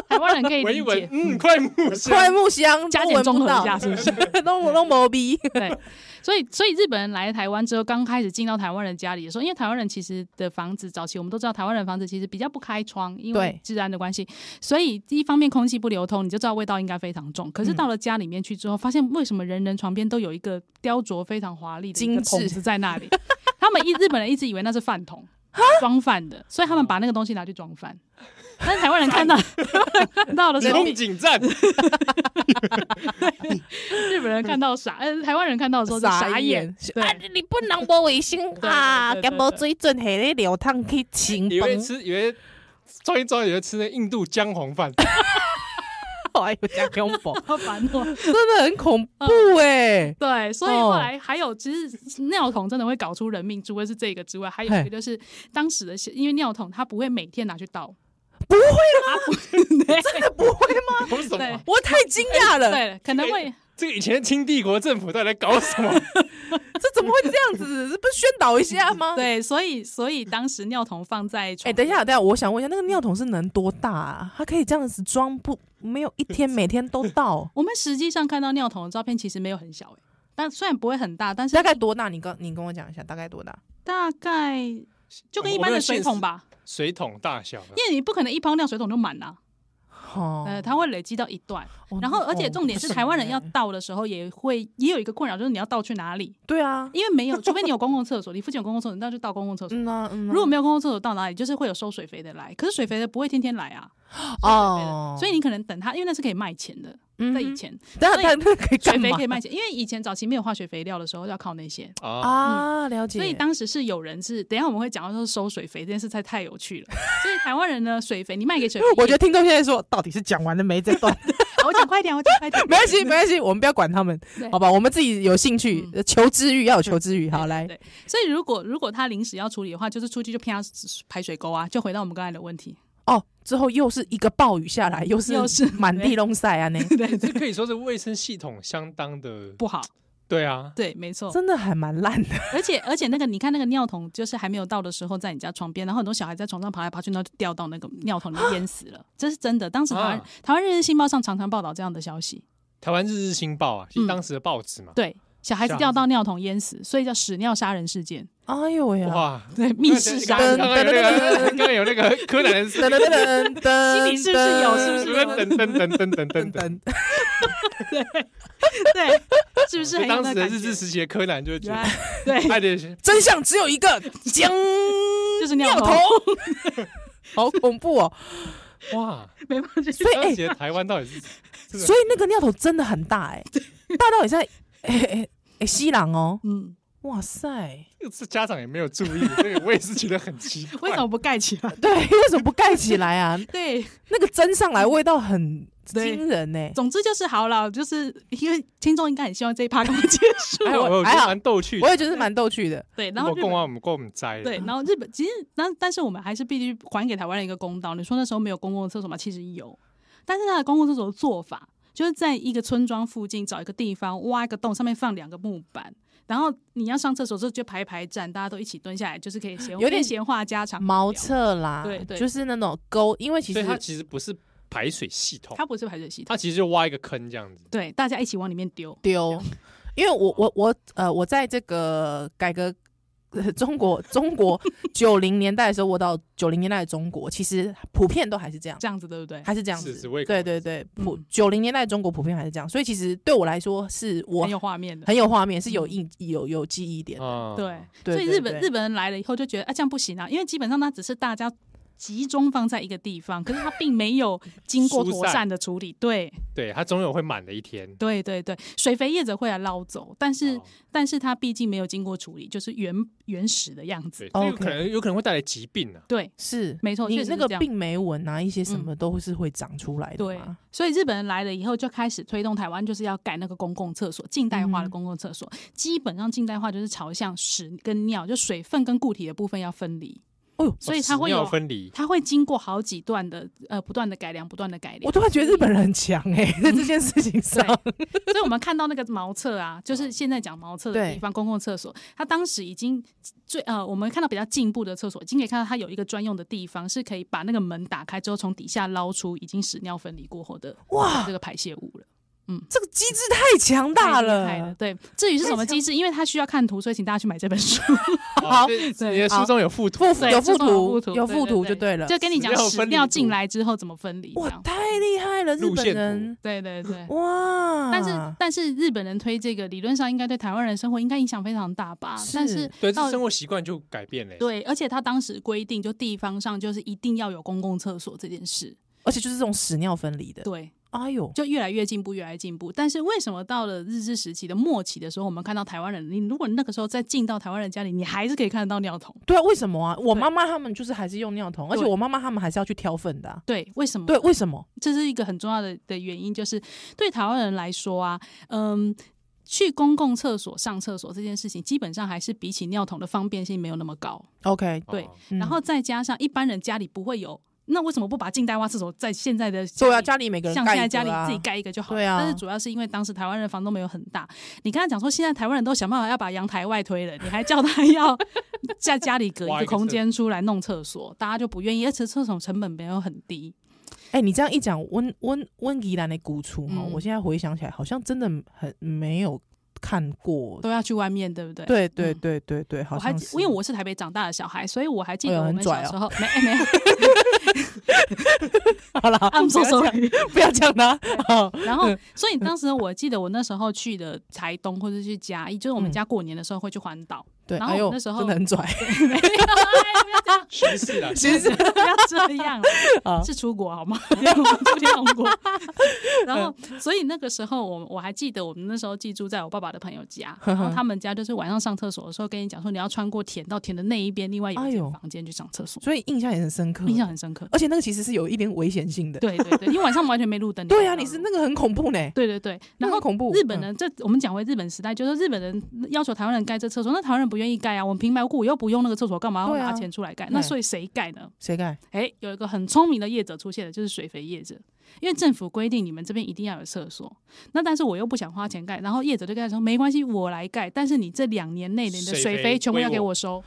台湾人可以闻一理闻解，，嗯，快木香，快木香加都减闻综不合到一，下，是不是？ 都都没逼。 对，所以所以日本人来台湾之后，刚开始进到台湾人家里的时候，因为台湾人其实的房子早期我们都知道，台湾人房子其实比较不开窗，因为对治安的关系，所以一方面空气不流通，你就知道味道应该非常重。可嗯是到了家里面去之后，发现为什么人人床边都有一个雕琢非常华丽的一精个致桶子在那里？他们一日本人一直以为那是 饭桶。装饭的，所以他们把那个东西拿去装饭。但是台湾人 看到，台湾人看到的时子候，宫颈站，日本人看到傻，呃，台湾人看到的时候就傻眼。，对啊！你不能无卫生啊，对对对干对无水准，下咧流汤去清以饭为。吃，以为装一装，以为吃那印度姜黄饭，哎呦，真恐怖，好烦哦、真的很恐怖嗯哎！对，所以后哦来还有，其实尿桶真的会搞出人命，除了是这个之外，还有一嘿个就是当时的，因为尿桶它不会每天拿去倒，不会吗？ 对不会吗？搞什么对？我太惊讶了，对，可能 会这个以前清帝国政府到底在搞什么？ 这怎么会这样 子？这不是宣导一下吗？。对，所以所以当时尿桶放在哎、床，等一下，等一下，我想问一下，那个尿桶是能多大啊？它可以这样子装不？没有一天每天都到我们实际上看到尿桶的照片，其实没有很小、欸，但虽然不会很大， 但是大概多大？你跟你跟我讲一下，大概多大？大概哦就跟一我般没有的水现桶实吧，水桶大小的因为你不可能一泡尿水桶就满了、哦，呃，它会累积到一段。哦然后，而且哦重点是，台湾人要倒的时候也会也有一个困扰，就是你要倒去哪里？对啊，因为没有，除非你有公共厕所， 你附近有公共厕所，那就倒公共厕所。嗯啊，嗯啊如果没有公共厕所，到哪里就是会有收水肥的来，可是水肥的不会天天来啊，哦，所以你可能等他，因为那是可以卖钱的，嗯在以，前但所以但那可以水干肥嘛可以卖钱，因为以前早期没有化学肥料的时候要靠那些，啊，啊？了解，嗯所以当时是有人是，等一下我们会讲到说收水肥这件事太太有 趣了，所以台湾人呢，水肥你卖给水肥业，我觉得听众现在说，到底是讲完了没？这段好我讲快点，我讲快点， 没关系，没关系，我们不要管他们对，嗯好吧？我们自己有兴趣，求知欲要有求知欲。好，对来，对，所以如果如果他临时要处理的话，就是出去就偏排水沟啊，就回到我们刚才的问题，哦，之后又是一个暴雨下来，又是又是满地弄晒啊，那对对这可以说是卫生系统相当的，不好，对啊，对，没错，真的还蛮烂的。而且而且那个，你看那个尿桶，就是还没有到的时候，在你家床边，然后很多小孩在床上爬来爬去，然后就掉到那个尿桶里面淹死了，这是真的。当时台湾、啊台湾《日日新报》上常常报道这样的消息，台湾《日日新报》啊，是嗯当时的报纸嘛，对，小孩子掉到尿桶淹死，所以叫屎尿杀人事件， 哎呦喂啊！哇， 对，密室杀刚人。刚有那 个，刚刚有那个柯南的噔噔噔噔噔，心里是不是有是不是有噔噔噔噔噔噔噔。噔噔？对，是不是哦所以很有当那时个的感日治觉？时期的柯南就觉原得来，对，爱的是真相只有一个， 将就是尿 尿头， 好恐怖哦！哇，没办法， 就是所以当哎时，的台湾到底是这个所以那个尿头真的很大哎，大到也在哎哎哎西朗哦，嗯，哇 塞！这个家长也没有注意，所以我也是觉得很奇怪。为什么不盖起来？对，为什么不盖起来啊？对，那个蒸上来味道很对惊人欸呢、总之就是好了，就是因为听众应该很希望这一趴跟我结束。还好，我觉还得好蛮逗趣的我。也觉得是蛮逗趣的。对，然后我日共本啊，我们共我们摘。对，然后日本其实，但但是我们还是必须还给台湾人一个公道。你说那时候没有公共厕所吗？其实有，但是他的公共厕所的做法，就是在一个村庄附近找一个地方挖一个洞，上面放两个木板，然后你要上厕所的时候就排排站，大家都一起蹲下来，就是可以闲有点闲话家常茅厕，厕啦，对对就是那种沟，因为其所实以它其实不是排水系统，它不是排水系统它，其实就挖一个坑这样子。对，大家一起往里面丢。丢，因为我我我呃，我在这个改革。 呃中国中国九零年代的时候，我到九零年代的中国，其实普遍都还是这样，这样子对不对？还是这样是子。是胃口对对对，普嗯九零、年代的中国普遍还是这样，所以其实对我来说，是我很有画面的，很有画面，是有印有有记忆点的。啊，对，对所以对日本对日本人来了以后就觉得啊，这样不行啊，因为基本上它只是大家集中放在一个地方，可是它并没有经过疏妥散善的处理。对，对，它总有会满的一天。对对对，水肥叶子会来捞走，但是、哦但是它毕竟没有经过处理，就是原原始的样子对，。这个 OK 可能有可能会带来疾病啊。对是没错你确实那是个这样病媒蚊啊，一些什嗯么都是会长出来的对嘛。，所以日本人来了以后，就开始推动台湾就是要盖那个公共厕所，近代化的嗯公共厕所。基本上近代化就是朝向屎跟尿，就水分跟固体的部分要分离。哎呦，所以它哦会屎尿有分 离，它会经过好几段的呃不断的改良，不断的改良我。突然觉得日本人很 强哎、在这件事情上， 所以我们看到那个茅厕嗯啊，就是现在讲茅厕的地方，公共厕所，它当时已经最呃，我们看到比较进步的厕所，已经可以看到它有一个专用的地方，是可以把那个门打开之后，从底下捞出已经屎尿分离过后的哇这个排泄物了。这个机制太强大太厉害了，了。对。至于是什么机制，因为它需要看图，所以请大家去买这本书。好啊你的书中有附图附对 有附这种图附图有对附对图对就对了。就跟你讲屎尿屎分离尿图进来之后怎么分离。这哇样，太厉害了，日路本线人图，对对对。哇！但是但是日本人推这个理论上应该对台湾人生活应该影响非常大吧？是但是对，这到生活习惯就改变了。对，而且他当时规定，就地方上就是一定要有公共厕所这件事。而且就是这种屎尿分离的，对，哎呦，就越来越进步，越来越进步。但是为什么到了日治时期的末期的时候，我们看到台湾人，你如果那个时候再进到台湾人家里，你还是可以看得到尿桶。对啊，为什么啊？我对妈妈他们就是还是用尿桶，而且对嗯我妈妈他们还是要去挑粪的啊、对，为什么？对，为什么？这是一个很重要的的原因，就是对台湾人来说啊，嗯。去公共厕所上厕所这件事情，基本上还是比起尿桶的方便性没有那么高。 OK，哦对嗯然后再加上一般人家里不会有，那为什么不把近代化厕所在现在的对啊，里家里每个人像盖一现在家个啊里自己盖一个就好了。对啊但是主要是因为当时台湾人房东没有很大。你刚才讲说，现在台湾人都想办法要把阳台外推了，你还叫他 要在家里隔挖一一个个空厕间出来弄厕所，大家就不愿意，而且厕所成本没有很低。哎、你这样一讲，温温温宜兰的古厝哈，嗯我现在回想起来，好像真的很没有看过。都要去外面，对不对？。对对嗯对对对，好我还像记是因为我是台北长大的小孩，所以我还记哎呦得我很们拽小哦时候、没、哎没 有好了， ，I'm so 不要 sorry。讲 不要讲他。好然后，所以当时我记得我那时候去的台东或者去嘉义，就是我们嗯家过年的时候会去环 岛。对，然后哎呦，那时候真的很拽， 没有，哎不要这样巡视啦，其实 不要这样 啊好，是出国好吗？ 我们出天龙 国。然后，嗯所以那个时候，我我还记得，我们那时候寄住在我爸爸的朋友家， 然后他们家就是晚上上厕所的时候，跟你讲说你要穿过田到田的那一边，另外有一哎呦嗯间房间去上厕所，所以印象也很深刻，印象很深刻。而且那个其实是有一点危险性的。对对对，因为晚上完全没路灯。对啊，看不你到是路那个很恐怖呢，对对对，那然个后恐怖嗯日本人，这我们讲回日本时代，就是日本人要求台湾人盖这厕所，那台湾人不愿意盖啊。我们平白无故又不用那个厕所，干嘛要对啊拿钱出来盖？哎那所以谁盖呢？谁盖？哎，有一个很聪明的业者出现了，就是水肥业者，因为政府规定你们这边一定要有厕所，那但是我又不想花钱盖，然后业者就跟他说没关系，我来盖，但是你这两年内的你的水水肥肥全部归要给我我收，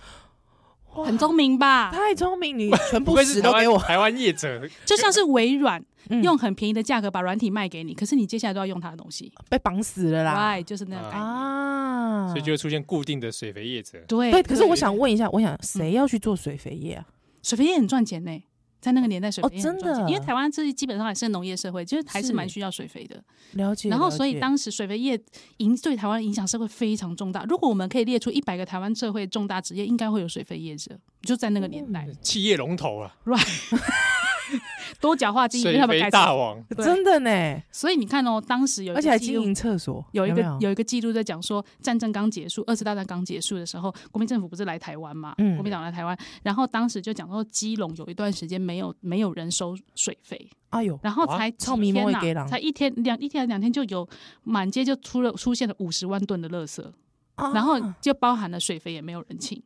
哇很聪明吧？太聪明， 你全不部愧是屎台都湾给我，台湾业者，就像是微软嗯用很便宜的价格把软体卖给你，可是你接下来都要用它的东西被绑死了啦，right？就是那个概念。啊！所以嗯就会出现固定的水肥业者。对对，可是我对嗯想问一下，我想谁要去做水肥业啊？水肥业很赚钱呢、在那个年代，水哦肥业很真赚钱的因为台湾这基本上还是农业社会，就是还是是蛮需要水肥的。了解。然后，了所以解当时水肥业影对台湾的影响是会非常重大。如果我们可以列出一百个台湾社会重大职业，应该会有水肥业者，就在那个年嗯代。企业龙头啊，多角化经营，因为水他们肥盖大厕所。王，对真的呢，所以你看哦，当时有一而个且还记经录营厕所，有一个没有一个记录在讲说，战争刚结束，二次大战刚结束的时候，国民政府不是来台湾嘛？嗯国民党来台湾，然后当时就讲说，基隆有一段时间没有没有人收水费，哎呦，然后哇才几臭咪天摸呐会给人才一天两一天还两天就有满街就出了出现了五十万吨的垃圾，啊然后就包含了水肥也没有人请，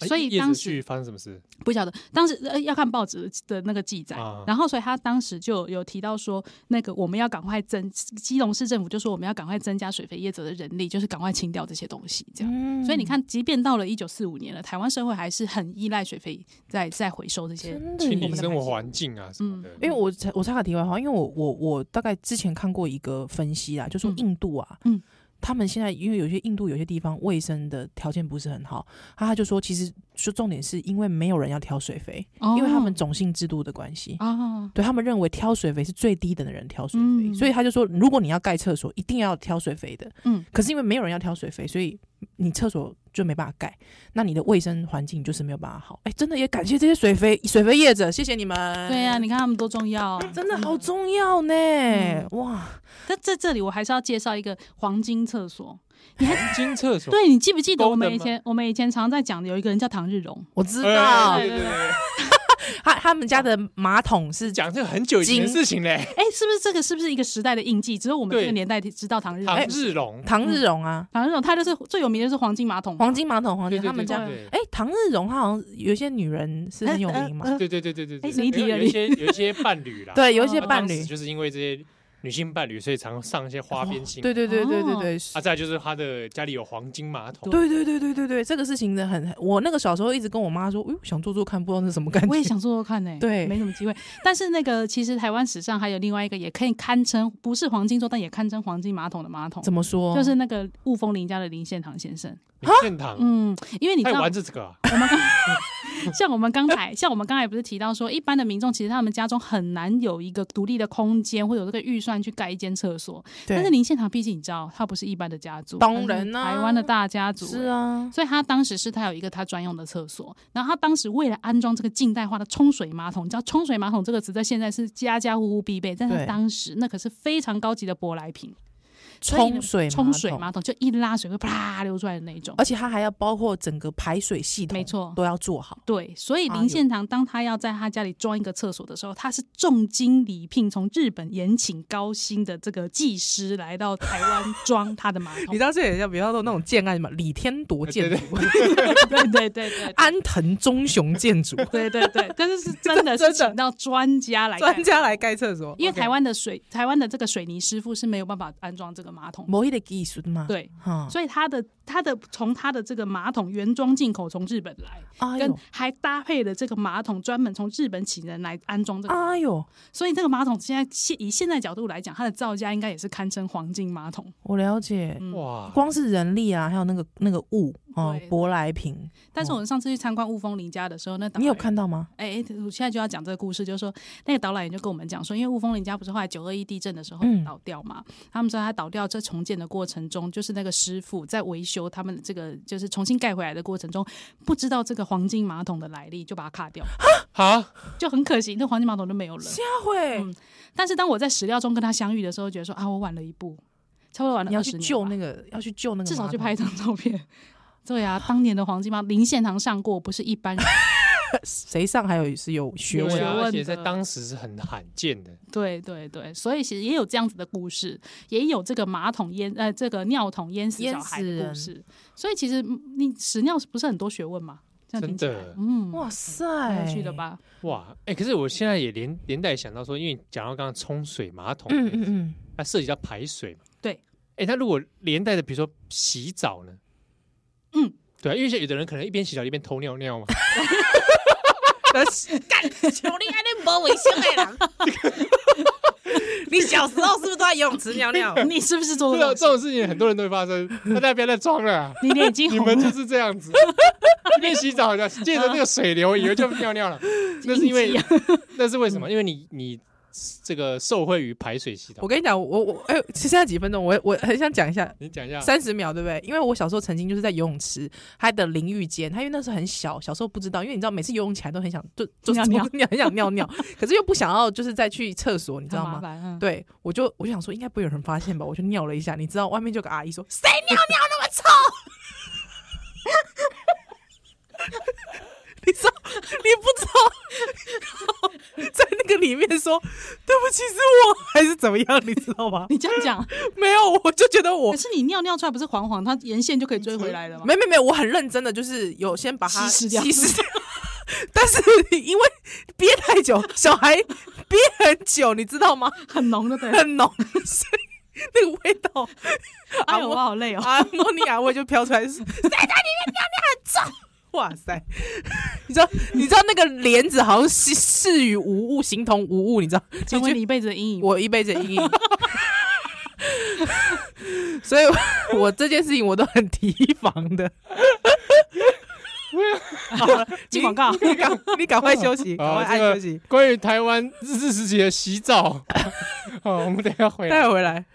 哎所以业者当去时发生什么事？不晓得当时呃要看报纸的那个记载啊，然后所以他当时就有提到说，那个我们要赶快增基隆市政府就说我们要赶快增加水肥业者的人力，就是赶快清掉这些东西这样。嗯所以你，看，即便到了一九四五年了，台湾社会还是很依赖水肥在在回收这些。真的清耶理生活环境啊什么的。嗯因为我插我插个题外话，因为我我我大概之前看过一个分析啦，就说嗯印度啊，嗯他们现在因为有些印度有些地方卫生的条件不是很好，他他就说其实说重点是因为没有人要挑水肥，哦因为他们种姓制度的关系。啊，对他们认为挑水肥是最低等的人挑水肥，嗯所以他就说，如果你要盖厕所，一定要挑水肥的。嗯，可是因为没有人要挑水肥，所以你厕所就没办法盖，那你的卫生环境就是没有办法好。哎，真的也感谢这些水肥水肥业者，谢谢你们。对呀、你看他们多重要，呃啊嗯真的好重要呢！哇，但在这里我还是要介绍一个黄金厕所。黄金厕所，对你记不记得我 Golden 们吗以前我们以前常在讲的有一个人叫唐日荣，我知哎道对对对，对他他们家的马桶是讲这个很久以前的事情嘞，哎，是不是这个是不是一个时代的印记？只有我们对这个年代知道唐日唐哎荣，日龙，唐日荣啊，唐日荣他就是最有名的是黄金马桶嘛，黄金马桶，黄金他们对家。家对哎，唐日荣他好像有一些女人是很有名嘛，呃呃对对对对对对，哎离题了有有一些有一些伴侣啦， 对，有一那些当伴时侣，就是因为这些女性伴侣，所以常上一些花边新闻。对对对对对对，啊，再来就是他的家里有黄金马桶，对对对对对对，这个事情呢很，我那个小时候一直跟我妈说，哎呦，想做做看，不知道是什么感觉。我也想做做看呢、 对没什么机会。但是那个其实台湾史上还有另外一个也可以堪称不是黄金座，但也堪称黄金马桶的马桶，怎么说，就是那个雾峰林家的林献堂先生。林献堂，嗯，因为你他知也道玩，这个啊，像我们刚才，像我们刚才不是提到说，一般的民众其实他们家中很难有一个独立的空间，或者有这个预算去盖一间厕所。对但是林献堂毕竟你知道，他不是一般的家族，当他是然啊台湾的大家族、欸是啊，所以他当时是他有一个他专用的厕所，然后他当时为了安装这个近代化的冲水马桶，你知道冲水马桶这个词在现在是家家户户必备，但对是当时那可是非常高级的舶来品，所以呢冲水哎冲水嘛，马桶就一拉水会啪流出来的那一种，而且它还要包括整个排水系统，没错都要做好。对，所以啊林献堂当他要在他家里装一个厕所的时候，他是重金礼聘从日本延请高薪的这个技师来到台湾 装他的马你桶知，道这也叫，比方说那种建案嘛，李天铎建筑、 对对对对。对 安藤忠雄建 筑，对对对，但是是真的真是的请到专家来盖 专家来盖厕所，因为 OK 台湾的水，台湾的这个水泥师傅是没有办法安装这个马桶的，某一的技术嘛，，对，哈，所以他的他的从他的这个马桶原装进口从日本来，哎跟呦，还搭配了这个马桶专门从日本请人来安装这个，哎呦，所以这个马桶现在现以现在角度来讲，它的造价应该也是堪称黄金马桶。我了解，嗯哇，光是人力啊，还有那个那个物哦对，舶来品，但是哦我们上次去参观雾峰林家的时候，那导你有览看到吗？哎、哎我现在就要讲这个故事，就是说那个导览员就跟我们讲说，因为雾峰林家不是后来九二一地震的时候嗯倒掉嘛，他们说他倒掉这重建的过程中，就是那个师傅在维修他们这个就是重新盖回来的过程中，不知道这个黄金马桶的来历，就把它卡掉，啊，就很可惜，那黄金马桶就没有了。佳慧嗯但是当我在史料中跟他相遇的时候，觉得说啊，我晚了一步，差不多晚了你要二去十年吧，救那个，要去救那个，至少去拍一。张照片。 对啊，当年的黄金马林献堂上过，不是一般人。谁上还有是有学对问啊学问而且在的当时是很罕见的，对对对，所以其实也有这样子的故事，也有这个马桶淹呃这个尿桶淹死淹小孩死的人故事。所以其实嗯你屎尿不是很多学问嘛？这样真听起来，的嗯，哇塞，很有趣的？吧？ 哇，哎、可是我现在也连连带想到说，因为讲到刚刚冲水马桶，哎嗯嗯嗯，它涉及到排水嘛，对哎、那如果连带的，比如说洗澡呢，嗯，对、啊，因为像有的人可能一边洗澡一边偷尿尿嘛，求你安尼无卫生的哎人。你小时候是不是都在游泳池尿尿？你是不是做这这种种这事？种事情很多人都会发生，那大家不要再装了啊、你脸已经你红们就了，是这样 子，一边洗澡的，借着那个水流，以为就尿尿了。嗯那是因为啊应，那是为什么？因为你你这个受惠于排水系 我统。跟你讲，我我哎，剩下几分钟，我我很想讲一下。你讲一下，三十秒，对不对？因为我小时候曾经就是在游泳池，它的淋浴间，它因为那时候很小，小时候不知道，因为你知道每次游泳起来都很想就就尿尿，你 很想尿尿，可是又不想要，就是再去厕所，你知道很吗？麻烦？嗯对，我就我就想说，应该不会有人发现吧？我就尿了一下，你知道，外面就有个阿姨说：“谁尿尿那么臭？” 你知道，你不知道，然后在那个里面说对不起是我还是怎么样，你知道吗？ 你这样讲， 没有，我就觉得我可是你尿尿出来不是黄黄，它沿线就可以追回来了吗？ 没没没，我很认真的，就是有先把它稀释掉掉 但是因为憋太久，小孩憋很久，你知道吗？很 浓的，对。很浓，所以那个味道，哎呦，我好累哦。阿啊莫尼亚味就飘出来，是谁在里面尿尿很重？哇塞！你知道，你知道那个帘子好像是视于无物，形同无物，你知道？成为你一辈子的阴影。我一辈子的阴影。 所以我，我这件事情我都很提防 的。好了，进广告你你赶你赶快休息，赶快啊，按这休个息，关于台湾日治时期的洗澡， 哦，我们等一下回来待。会回来。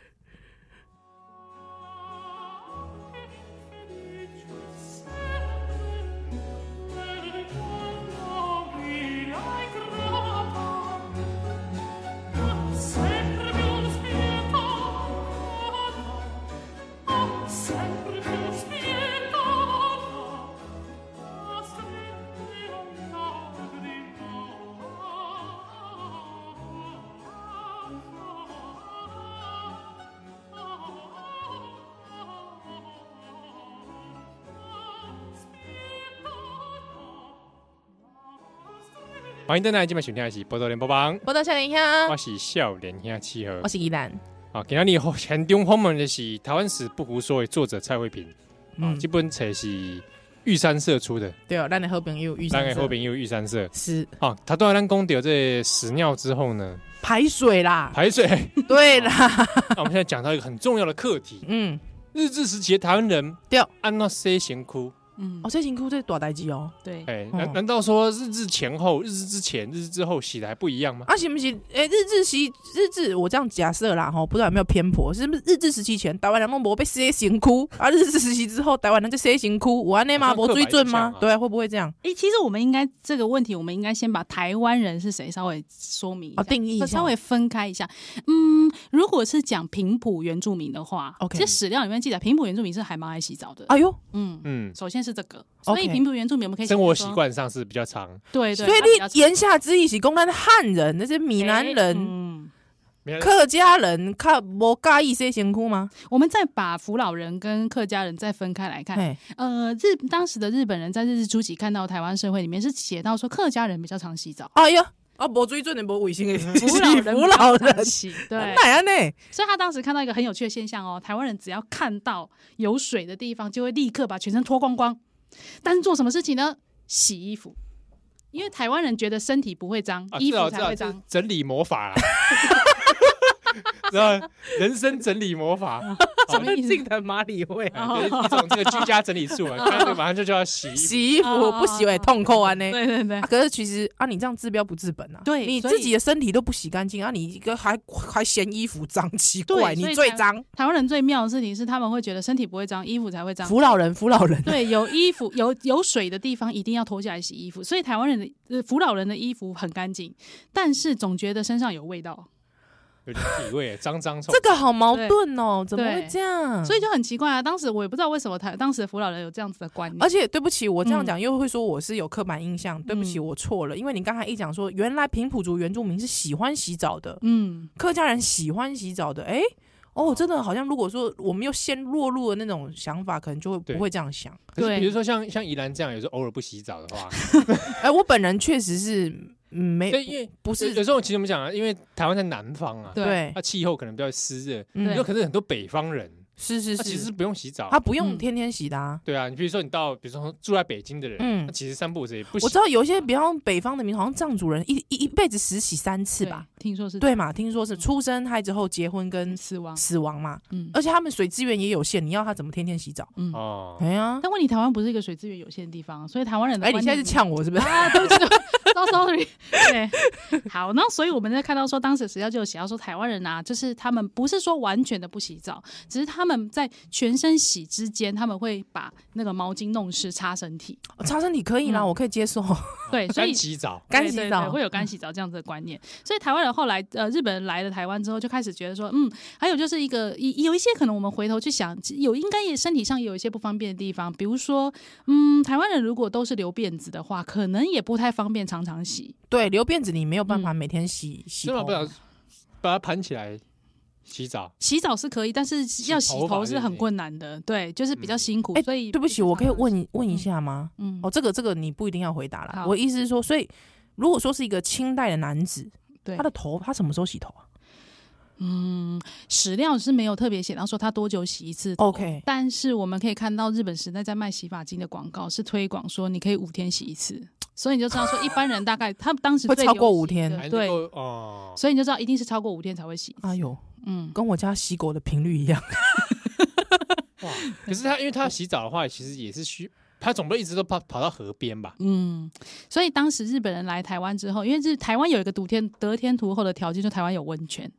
Oh 欢迎登来今晚收听的是《波多连播帮》，我到笑脸香我，是笑脸兄七和嗯啊我。是依兰。啊，今天你现场访问的是台湾史不胡说的作者蔡慧平。啊，嗯这，本册是玉山社出的，对哦，咱的好朋友遇咱上的好朋友玉山社。是啊，他都要咱讲到这屎尿之后呢，排水啦，排 水。对哦啦，那我们现在讲到一个很重要的课题：嗯，日治时期的台湾人对安那些闲哭。嗯哦，，这辛苦这大代志哦，对，哎，哦难难道说日治前后、日治之前、日治之后洗的还不一样吗？啊，行不行？哎，日治时日治，我这样假设啦，哈，不知道有没有偏颇，是不是日治时期前台湾人拢无被洗辛苦，啊，日治时期之后台湾人在洗辛苦，我安内吗？好像无水准刻板印吗象啊？对，会不会这样？诶，其实我们应该这个问题，我们应该先把台湾人是谁稍微说明一下，哦定义一下稍微分开一下。嗯，如果是讲平埔原住民的话 OK 其实史料里面记载平埔原住民是还蛮爱洗澡的。哎呦，嗯，嗯，首先是这个，所 OK 以平埔原住民我们可以生活习想说，惯上是比较长。对对，所以他比较哎你言下之意是讲咱汉人那些闽南诶人、嗯，没有客家人，较无介意洗辛苦吗？我们再把福老人跟客家人再分开来看，哎，呃，日当时的日本人在日治初期看到台湾社会里面是写到说客家人比较 ，常洗澡哎呀，啊，无水准的，无卫生的，福老人扶老 比较常人，洗，对，哪样呢？所以他当时看到一个很有趣的现象哦，台湾人只要看到有水的地方，就会立刻把全身脱光光，但是做什么事情呢？洗衣服，因为台湾人觉得身体不会脏，啊，衣知服道才会知道脏，。整理魔法 啦。知道人生整理魔法，啊哦什么 意思？进藤马里会啊哎就是一种这个居家整理术啊，看到就马上就就要洗衣服。洗衣服哦不洗会痛苦啊呢。对对对啊，可是其实啊，你这样治标不治本啊。对你所以自己的身体都不洗干净啊，你一个还还嫌衣服脏，奇怪，对所以你最脏。台湾人最妙的事情是他们会觉得身体不会脏，衣服才会脏。扶老人，扶老人。对，有衣服有有水的地方一定要脱下来洗衣服，所以台湾人的呃扶老人的衣服很干净，但是总觉得身上有味道，有点体味，脏脏臭 这。个好矛盾哦，怎么对会这样？所以就很奇怪啊。当时我也不知道为什么台当时的扶老人有这样子的观念，而且对不起，我嗯这样讲又会说我是有刻板印象。对不起，我错了，因为你刚才一讲说，原来平埔族原住民是喜欢洗澡的，嗯，客家人喜欢洗澡的，哎、哦，真的好像如果说我们又陷落入了那种想法，可能就会对不会这样想。可是对比如说像像宜兰这样，有时候偶尔不洗澡 的话，哎、我本人确实是、嗯、没对，因为不有是有时候其实我们讲啊，因为台湾在南方啊，对，对它，气候可能比较湿热，嗯你说可是很多北方人，是是他是，其实是不用洗澡他。不用嗯天天洗的、啊。对啊，你比如说你到，比如说住在北京的人，嗯他其实散步时也不洗我知。道有一些，比方北方的民族，好像藏族人一一一辈子只洗三次吧，对？听说是对嘛？听说嗯是出生还之后结婚跟死亡，死亡呃嘛，嗯而且他们水资源也有限，你要他怎么天天洗澡？嗯。哦，哎呀，但问题，台湾不是一个水资源有限的地方，所以台湾人的哎，你观现在念是呛我是不是？ 啊，对不起，对不起 so sorry。对，好，那所以我们在看到说，当时史料就有写到说，台湾人啊，就是他们不是说完全的不洗澡，只是他们在全身洗之间，他们会把那个毛巾弄湿擦身体。哦擦身体可以啦，嗯我可以接受。对，所干以洗澡，干对洗对澡对会有干洗澡这样子的观念，所以台湾人后来呃，日本人来了台湾之后，就开始觉得说，嗯，还有就是一个有有一些可能我们回头去想，有应该也身体上也有一些不方便的地方，比如说，嗯，台湾人如果都是留辫子的话，可能也不太方便常常洗，对，留辫子你没有办法嗯每天洗洗是吗？头不。想把它盘起来洗澡，洗澡是可以，但是要洗头发头是很困难的，对，就是比较辛苦，哎所以对不起，我可以问问一下吗？嗯，哦，这个这个你不一定要回答啦。好我意思是说，所以如果说是一个清代的男子，对他的头他什么时候洗头啊嗯，史料是没有特别写到说他多久洗一哦次头？OK，但是我们可以看到日本时代在卖洗发精的广告是推广说你可以五天洗一次，所以你就知道说一般人大概他们当时会最超过流行五天的还能对，够哦，所以你就知道一定是超过五天才会洗。哎呦，嗯，跟我家洗狗的频率一 样。哇！可是他因为他洗澡的话，其实也是需他总不能一直都跑跑到河边吧？嗯，所以当时日本人来台湾之后，因为日台湾有一个独天得天独厚的条件，就台湾有温泉，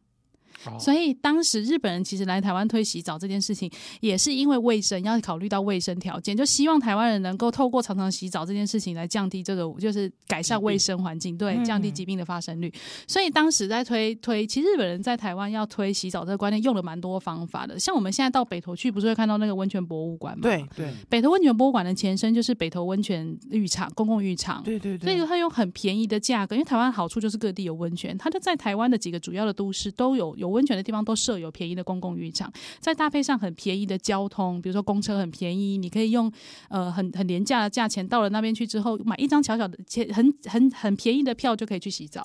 哦所以当时日本人其实来台湾推洗澡这件事情，也是因为卫生要考虑到卫生条件，就希望台湾人能够透过常常洗澡这件事情来降低这个，就是改善卫生环境，对嗯，降低疾病的发生率。所以当时在推推，其实日本人在台湾要推洗澡这个观念，用了蛮多方法的。像我们现在到北投去，不是会看到那个温泉博物馆吗？对对北投温泉博物馆的前身就是北投温泉浴场，公共浴场。对对所以，他用很便宜的价格，因为台湾好处就是各地有温泉，他就在台湾的几个主要的都市都有有温泉的地方都设有便宜的公共浴场，再搭配上很便宜的交通，比如说公车很便宜，你可以用呃很很廉价的价钱到了那边去之后，买一张小小的钱很很很便宜的票就可以去洗澡。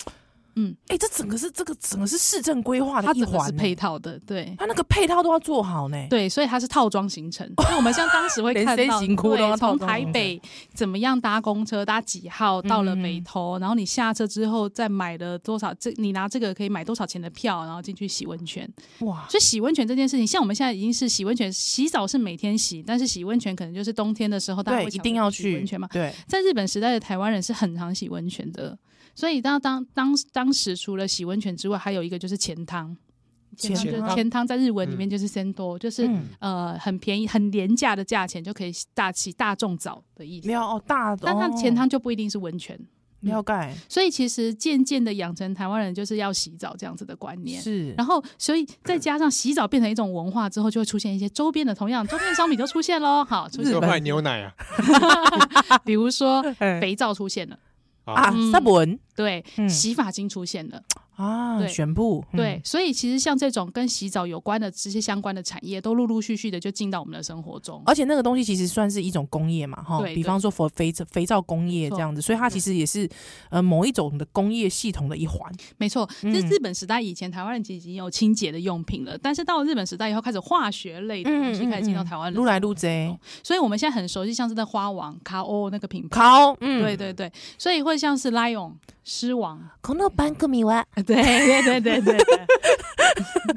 哎、这整个是这个整个是市政规划它的一整个是环、配，套的，对。它那个配套都要做好呢、对，所以它是套装 行程。因为我们像当时会连看身到，形窟都要对，套从装台行北怎么样搭公车，搭几号到了北嗯投，然后你下车之后再买了多少，这你拿这个可以买多少钱的票，然后进去洗温泉。哇，所以洗温泉这件事情，像我们现在已经是洗温泉，洗澡是每天洗，但是洗温泉可能就是冬天的时候大家对，会一想定要洗去温泉嘛。对，在日本时代的台湾人是很常洗温泉的，所以当当当当时除了洗温泉之外，还有一个就是钱汤，钱就是汤钱汤在日文里面就是 sendo，、就是、嗯，呃很便宜、很廉价的价钱就可以大起大众澡的意思没。有哦，大，但它嗯哦钱汤就不一定是温泉，了解所以其实渐渐的养成台湾人就是要洗澡这样子的观念。是，然后，所以再加上洗澡变成一种文化之后，就会出现一些周边的，同样周边商品就出现喽。好，出日就本卖牛奶啊，比如说哎肥皂出现了，啊，嗯三文对，嗯洗发精出现了，啊，对选布对，，所以其实像这种跟洗澡有关的这些相关的产业，都陆陆续续的就进到我们的生活中。而且那个东西其实算是一种工业嘛，哈，对比对方说佛肥皂肥皂工业没错嗯这样子，所以它其实也是呃某一种的工业系统的一环。没错，嗯就是日本时代以前，台湾人其实已经有清洁的用品了，但是到了日本时代以后，开始化学类的东西嗯开始进到台湾撸嗯来撸贼，所以我们现在很熟悉，像是在花王、卡欧那个品牌，考嗯对，对对，所以会像是 Lion 狮王，この番組 は 对对对对对对，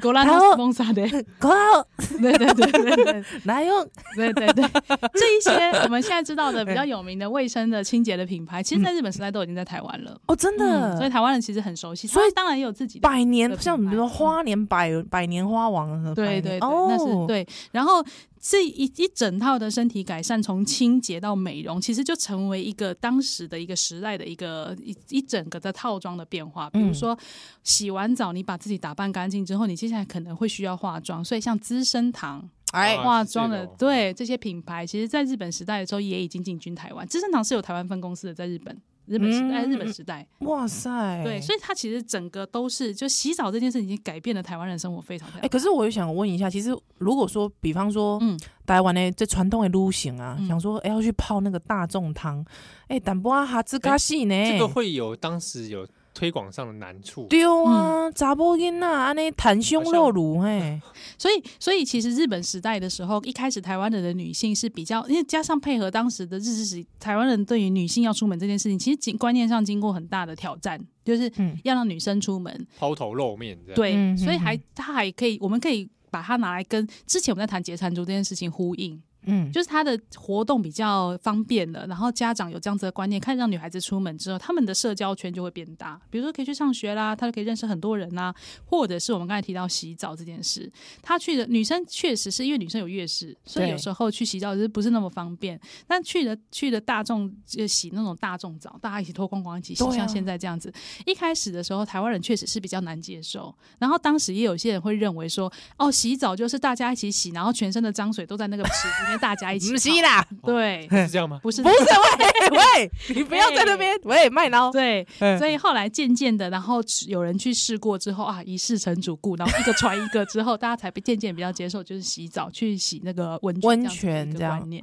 果然都是蒙萨的， こう对对对对对来哦用 对对 对，这一些我们现在知道的比嗯较有名的卫生的清洁的品牌，其实在日本时代都已经在台湾了。哦，嗯真嗯，的，所以台湾人其实很熟悉，所以所以当然也有自己的百年的品像比如说牌花莲百百年花王和百对年，对对，那哦是，对。然后这一一整套的身体改善，从清洁到美容，其实就成为一个当时的一个时代的一个一一整个的套装的变化。比如嗯说，洗完澡你把自己打扮干净之后，你接下来可能会需要化妆，所以像资生堂哎啊化是这妆的种对这些品牌，其实在日本时代的时候也已经进军台湾。资生堂是有台湾分公司的，在日本。日本时代，嗯日本时代，哇塞，对，所以它其实整个都是，就洗澡这件事已经改变了台湾人生活非常非常哎、可是我也想问一下，其实如果说，比方说，嗯嗯，台湾呢，这传统的路行啊，嗯想说，哎、要去泡那个大众汤，哎、淡薄啊哈兹嘎西呢，这个会有当时有推广上的难处。丢啊，查某囡仔安尼袒胸露乳，哎，所以，所以其实日本时代的时候，一开始台湾人的女性是比较，因为加上配合当时的日治时，台湾人对于女性要出门这件事情，其实经观念上经过很大的挑战，就是嗯要让女生出门。抛头露面这样。对，嗯所以嗯还嗯他还可以，我们可以把它拿来跟之前我们在谈节产族这件事情呼应，嗯，就是它的活动比较方便了，然后家长有这样子的观念，看让女孩子出门之后，她们的社交圈就会变大，比如说可以去上学啦，她就可以认识很多人啦，或者是我们刚才提到洗澡这件事，她去的女生确实是因为女生有月事，所以对有时候去洗澡就是不是那么方便，但去了去了大众就洗那种大众澡，大家一起脱光光一起洗，对啊像现在这样子，一开始的时候台湾人确实是比较难接受，然后当时也有些人会认为说，哦，洗澡就是大家一起洗，然后全身的脏水都在那个池子里面，大家一起不是泡嗯啦，对，是这样吗？不 是不是， 喂喂，你不要在那边，喂，麦捞，对，哎所以后来渐渐的，然后有人去试过之后啊，一试成主顾，然后一个传一个之后，大家才被渐渐比较接受，就是洗澡去洗那个温泉温泉这这样样子的一个观念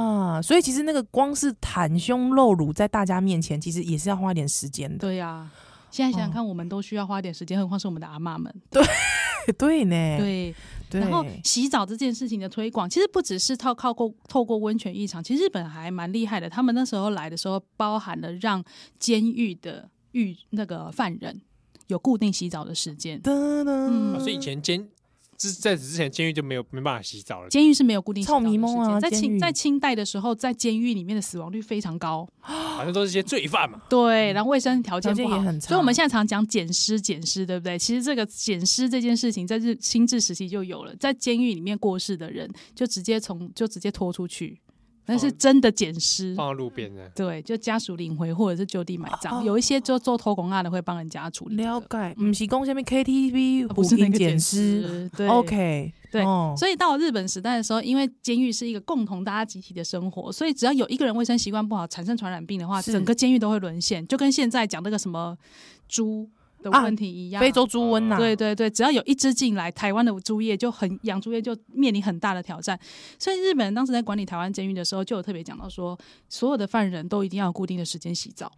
啊，所以其实那个光是袒胸露乳在大家面前，其实也是要花一点时间的， 对呀、现在哦想想看，我们都需要花点时间，何况是我们的阿嬷们。对呢，对，对，然后洗澡这件事情的推广，其实不只是透靠过透过温泉浴场，其实日本还蛮厉害的。他们那时候来的时候，包含了让监狱的狱那个犯人有固定洗澡的时间。噔啊嗯噔，所以以前监之在此之前，监狱就没有没办法洗澡了。监狱是没有固定洗澡的臭迷时蒙间，啊在监清狱在清代的时候，在监狱里面的死亡率非常高，反正都是一些罪犯嘛。对，然后卫生条嗯件条件不好，也很差所以我们现在常讲捡尸，捡尸，对不对？其实这个捡尸这件事情，在日新治时期就有了，在监狱里面过世的人就直接从就直接拖出去，那哦是真的捡嗯尸。放到路边的，对，就家属领回或者是就地买哦账，有一些就做偷工案的会帮人家处理这个。了解，不是讲下面 KTV 嗯啊不是那个捡捡尸尸，对，OK，对哦所以到了日本时代的时候，因为监狱是一个共同大家集体的生活，所以只要有一个人卫生习惯不好，产生传染病的话，是整个监狱都会沦陷，就跟现在讲那个什么猪的啊问题一样。非洲猪瘟呐、啊对对对，只要有一只进来，台湾的猪业就很养猪业就面临很大的挑战。所以日本人当时在管理台湾监狱的时候，就有特别讲到说，所有的犯人都一定要有固定的时间洗澡。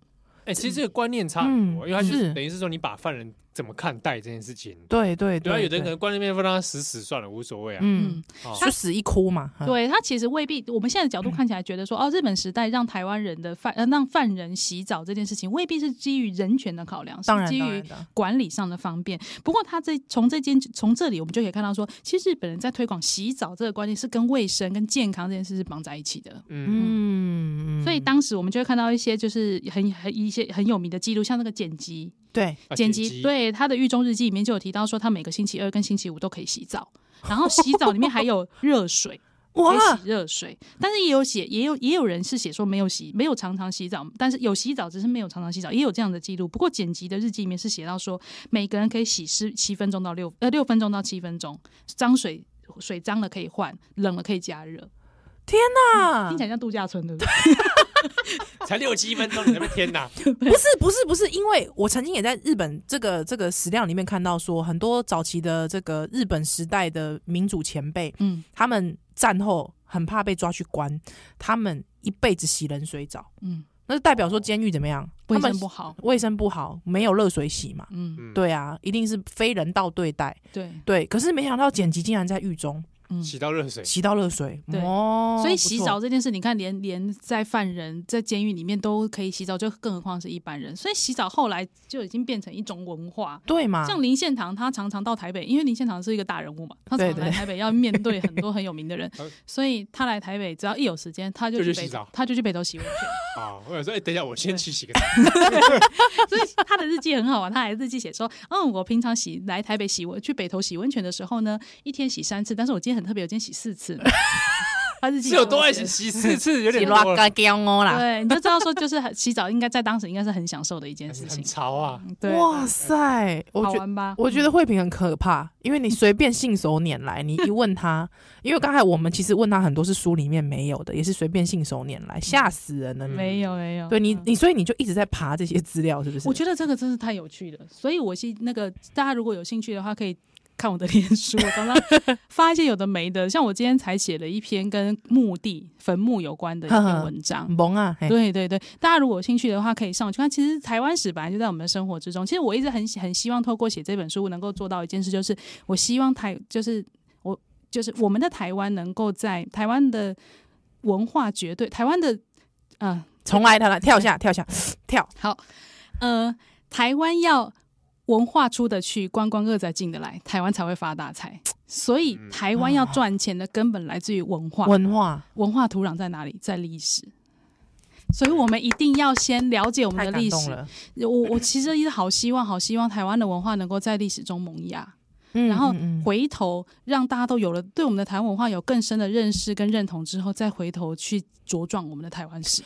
哎、其实这个观念差很多，嗯因为他就是是等于是说你把犯人怎么看待这件事情。对对对啊，对有的人可对能关那边放他死死算了，无所谓啊。嗯，哦就死一哭嘛。嗯，对他其实未必，我们现在的角度看起来觉得说，哦，日本时代让台湾人的犯呃让犯人洗澡这件事情，未必是基于人权的考量，是当然基当于然的，管理上的方便。不过他这从这间从这里我们就可以看到说，其实日本人在推广洗澡这个观念是跟卫生跟健康这件事是绑在一起的。嗯，嗯，所以嗯当时我们就会看到一些就是很很一些很有名的记录，像那个剪辑，对啊剪辑对他的狱中日记里面就有提到说，他每个星期二跟星期五都可以洗澡，然后洗澡里面还有热水，可以哇，洗热水，但是也有写也有也有人是写说没有洗没有常常洗澡，但是有洗澡只是没有常常洗澡，也有这样的记录。不过剪辑的日记里面是写到说，每个人可以洗十七分钟到六呃六分钟到七分钟，脏水水脏了可以换，冷了可以加热，天哪！听起来像度假 村对不对？才六七分钟，你在那边天哪！不是不是不是，因为我曾经也在日本这个这个史料里面看到说，很多早期的这个日本时代的民主前辈，嗯他们战后很怕被抓去关，他们一辈子洗冷水澡，嗯，那就代表说监狱怎么样？卫他们生不好，卫生不好，没有热水洗嘛。嗯嗯，对啊，一定是非人道对待。对，对，可是没想到剪辑竟然在狱中嗯。洗到热水，洗到热水，对哦，所以不错洗澡这件事，你看连连在犯人在监狱里面都可以洗澡，就更何况是一般人。所以洗澡后来就已经变成一种文化，对嘛？像林献堂，他常常到台北，因为林献堂是一个大人物嘛，他常对常来对台北要面对很多很有名 的人呃，所以他来台北只要一有时间，他就就去去洗北澡他就去北投洗温泉。啊！我想说，哎、等一下，我先去洗个澡。所以他的日记很好玩，他还日记写说，嗯，我平常洗来台北洗温去北投洗温泉的时候呢，一天洗三次，但是我今天很特别，我今天洗四次 呢。他日记是有这么多爱写洗洗四次，有点洗多了，个姜哦啦，对，你就知道说，就是很洗澡应该在当时应该是很享受的一件事很情。潮啊！对，哇塞，我好觉玩吧？我觉得慧萍很可怕，因为你随便信手拈来，你一问他，因为刚才我们其实问他很多是书里面没有的，也是随便信手拈来，吓死人了。嗯没有没有，对你嗯，你所以你就一直在爬这些资料，是不是？我觉得这个真是太有趣了，所以我是那个大家如果有兴趣的话，可以看我的脸书，我刚刚发一些有的没的，像我今天才写了一篇跟墓地、坟墓有关的一篇文章。萌啊，嘿对对对，大家如果有兴趣的话，可以上去看。其实台湾史本来就在我们的生活之中。其实我一直很很希望透过写这本书，能够做到一件事，就是我希望台，就是我，就是我们的台湾能够在台湾的文化绝对，台湾的，呃，重来他来跳下跳下跳，好，呃，台湾要文化出得去，观光客才进得来，台湾才会发 大财。所以嗯台湾要赚钱的根本来自于文化，文化文化土壤在哪里？在历史。所以我们一定要先了解我们太的感历动史。了。我我其实一直好希望，好希望台湾的文化能够在历史中萌芽，嗯然后嗯嗯回头让大家都有了对我们的台湾文化有更深的认识跟认同之后，再回头去茁壮我们的台湾史。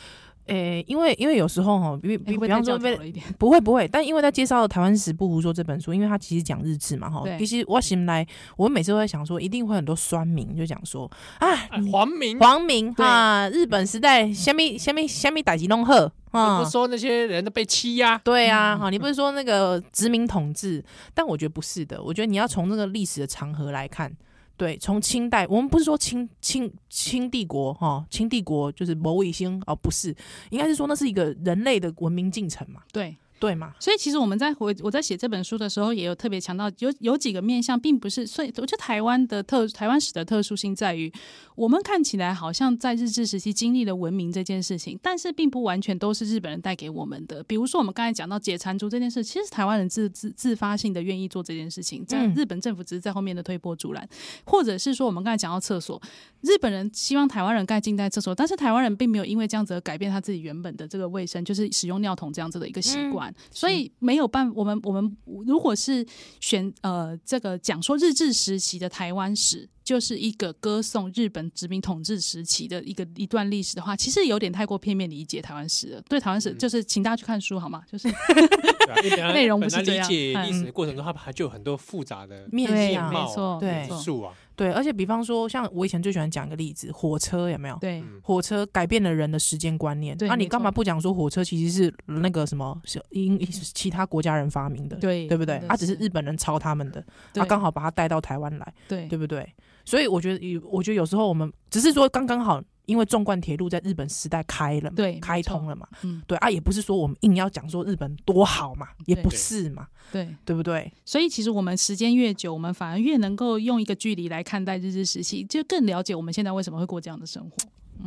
诶，因为因为有时候哈，比哎会比不比会太方教说条被了一点？不会不会，但因为他介绍《台湾史不胡说》这本书，因为他其实讲日志嘛，哈，对其实我心来，我每次都在想说，一定会很多酸民就讲说啊，哎黄明黄明对啊，日本时代虾米虾米虾米打击弄赫不啊是，说嗯那些人都被欺压、对啊，哈，你不是说那个殖民统治？但我觉得不是的，我觉得你要从那个历史的长河来看。对，从清代，我们不是说清清清帝国哈、哦，清帝国就是某卫星哦，不是，应该是说那是一个人类的文明进程嘛，对，对嘛？所以其实我们在回我在写这本书的时候，也有特别强调，有有几个面向，并不是。所以我觉得台湾的特台湾史的特殊性在于，我们看起来好像在日治时期经历了文明这件事情，但是并不完全都是日本人带给我们的。比如说我们刚才讲到解缠足这件事，其实台湾人自自自发性的愿意做这件事情，在嗯日本政府只是在后面的推波助澜，或者是说我们刚才讲到厕所，日本人希望台湾人盖近代厕所，但是台湾人并没有因为这样子而改变他自己原本的这个卫生，就是使用尿桶这样子的一个习惯，所以没有办我们我们如果是选呃这个讲说日治时期的台湾史，就是一个歌颂日本殖民统治时期的一个一段历史的话，其实有点太过片面理解台湾史了。对台湾史，嗯就是请大家去看书好吗？就是对啊因为本来内容不本是来这理样解嗯历史的过程中，它还就有很多复杂的面对，相貌没错，对没错因素啊。对，而且比方说，像我以前最喜欢讲一个例子，火车有没有？对，嗯火车改变了人的时间观念。啊对那、你没干嘛错不讲说火车其实是那个什么是英其他国家人发明的？对对不对真？的啊，只是是日本人抄他们的，他对刚好把它带到台湾来，对对不对？所以我觉得，我觉得有时候我们只是说刚刚好，因为纵贯铁路在日本时代开了嘛，对开没错通了嘛，嗯，对啊，也不是说我们硬要讲说日本多好嘛，也对不是嘛，对。对不对？所以其实我们时间越久，我们反而越能够用一个距离来看待日治时期，就更了解我们现在为什么会过这样的生活。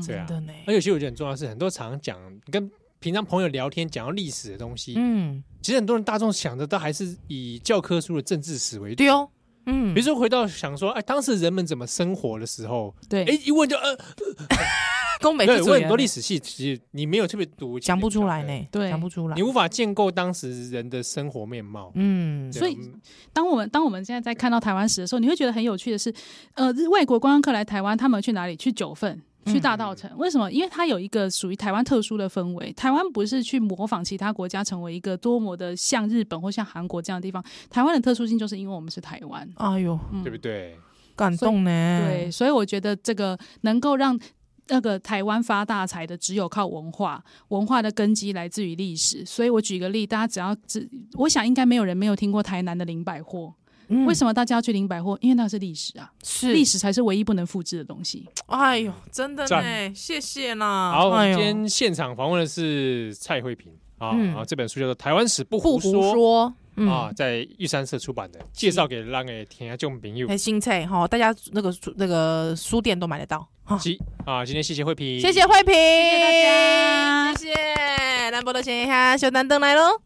对啊真。的呢，而且其实我觉得很重要的是，很多常讲跟平常朋友聊天讲到历史的东西，嗯，其实很多人大众想的都还是以教科书的政治史为主。对哦，嗯，比如说回到想说，哎，当时人们怎么生活的时候，对，哎，一问就呃，宫北对，制问很多历史史系，其实你没有特别读，啊讲不出来对，呢，对讲不出来你，无法建构当时人的生活面貌。嗯，对所以嗯当我们当我们现在在看到台湾史的时候，你会觉得很有趣的是，呃，日外国观光客来台湾，他们去哪里？去九份。去大稻城，为什么？因为它有一个属于台湾特殊的氛围。台湾不是去模仿其他国家，成为一个多么的像日本或像韩国这样的地方。台湾的特殊性就是因为我们是台湾，哎呦，嗯对不对？感动呢，对，所以我觉得这个能够让那个台湾发大财的，只有靠文化，文化的根基来自于历史。所以我举个例，大家只要只，我想应该没有人没有听过台南的林百货。嗯，为什么大家要去林百货？因为那是历史啊，是历？史才是唯一不能复制的东西。哎呦，真的呢，赞谢谢啦，好，我哎们呦今天现场访问的是蔡慧萍啊，嗯啊，这本书叫做《台湾史不胡不胡说》说，嗯啊，在玉山社出版的，介绍给让给天下众朋友。哎，新菜哈，大家那个书那个书店都买得到哈。及啊，今天谢谢慧萍，谢谢慧萍，谢谢谢大家谢谢兰博的闲下，小丹登来喽。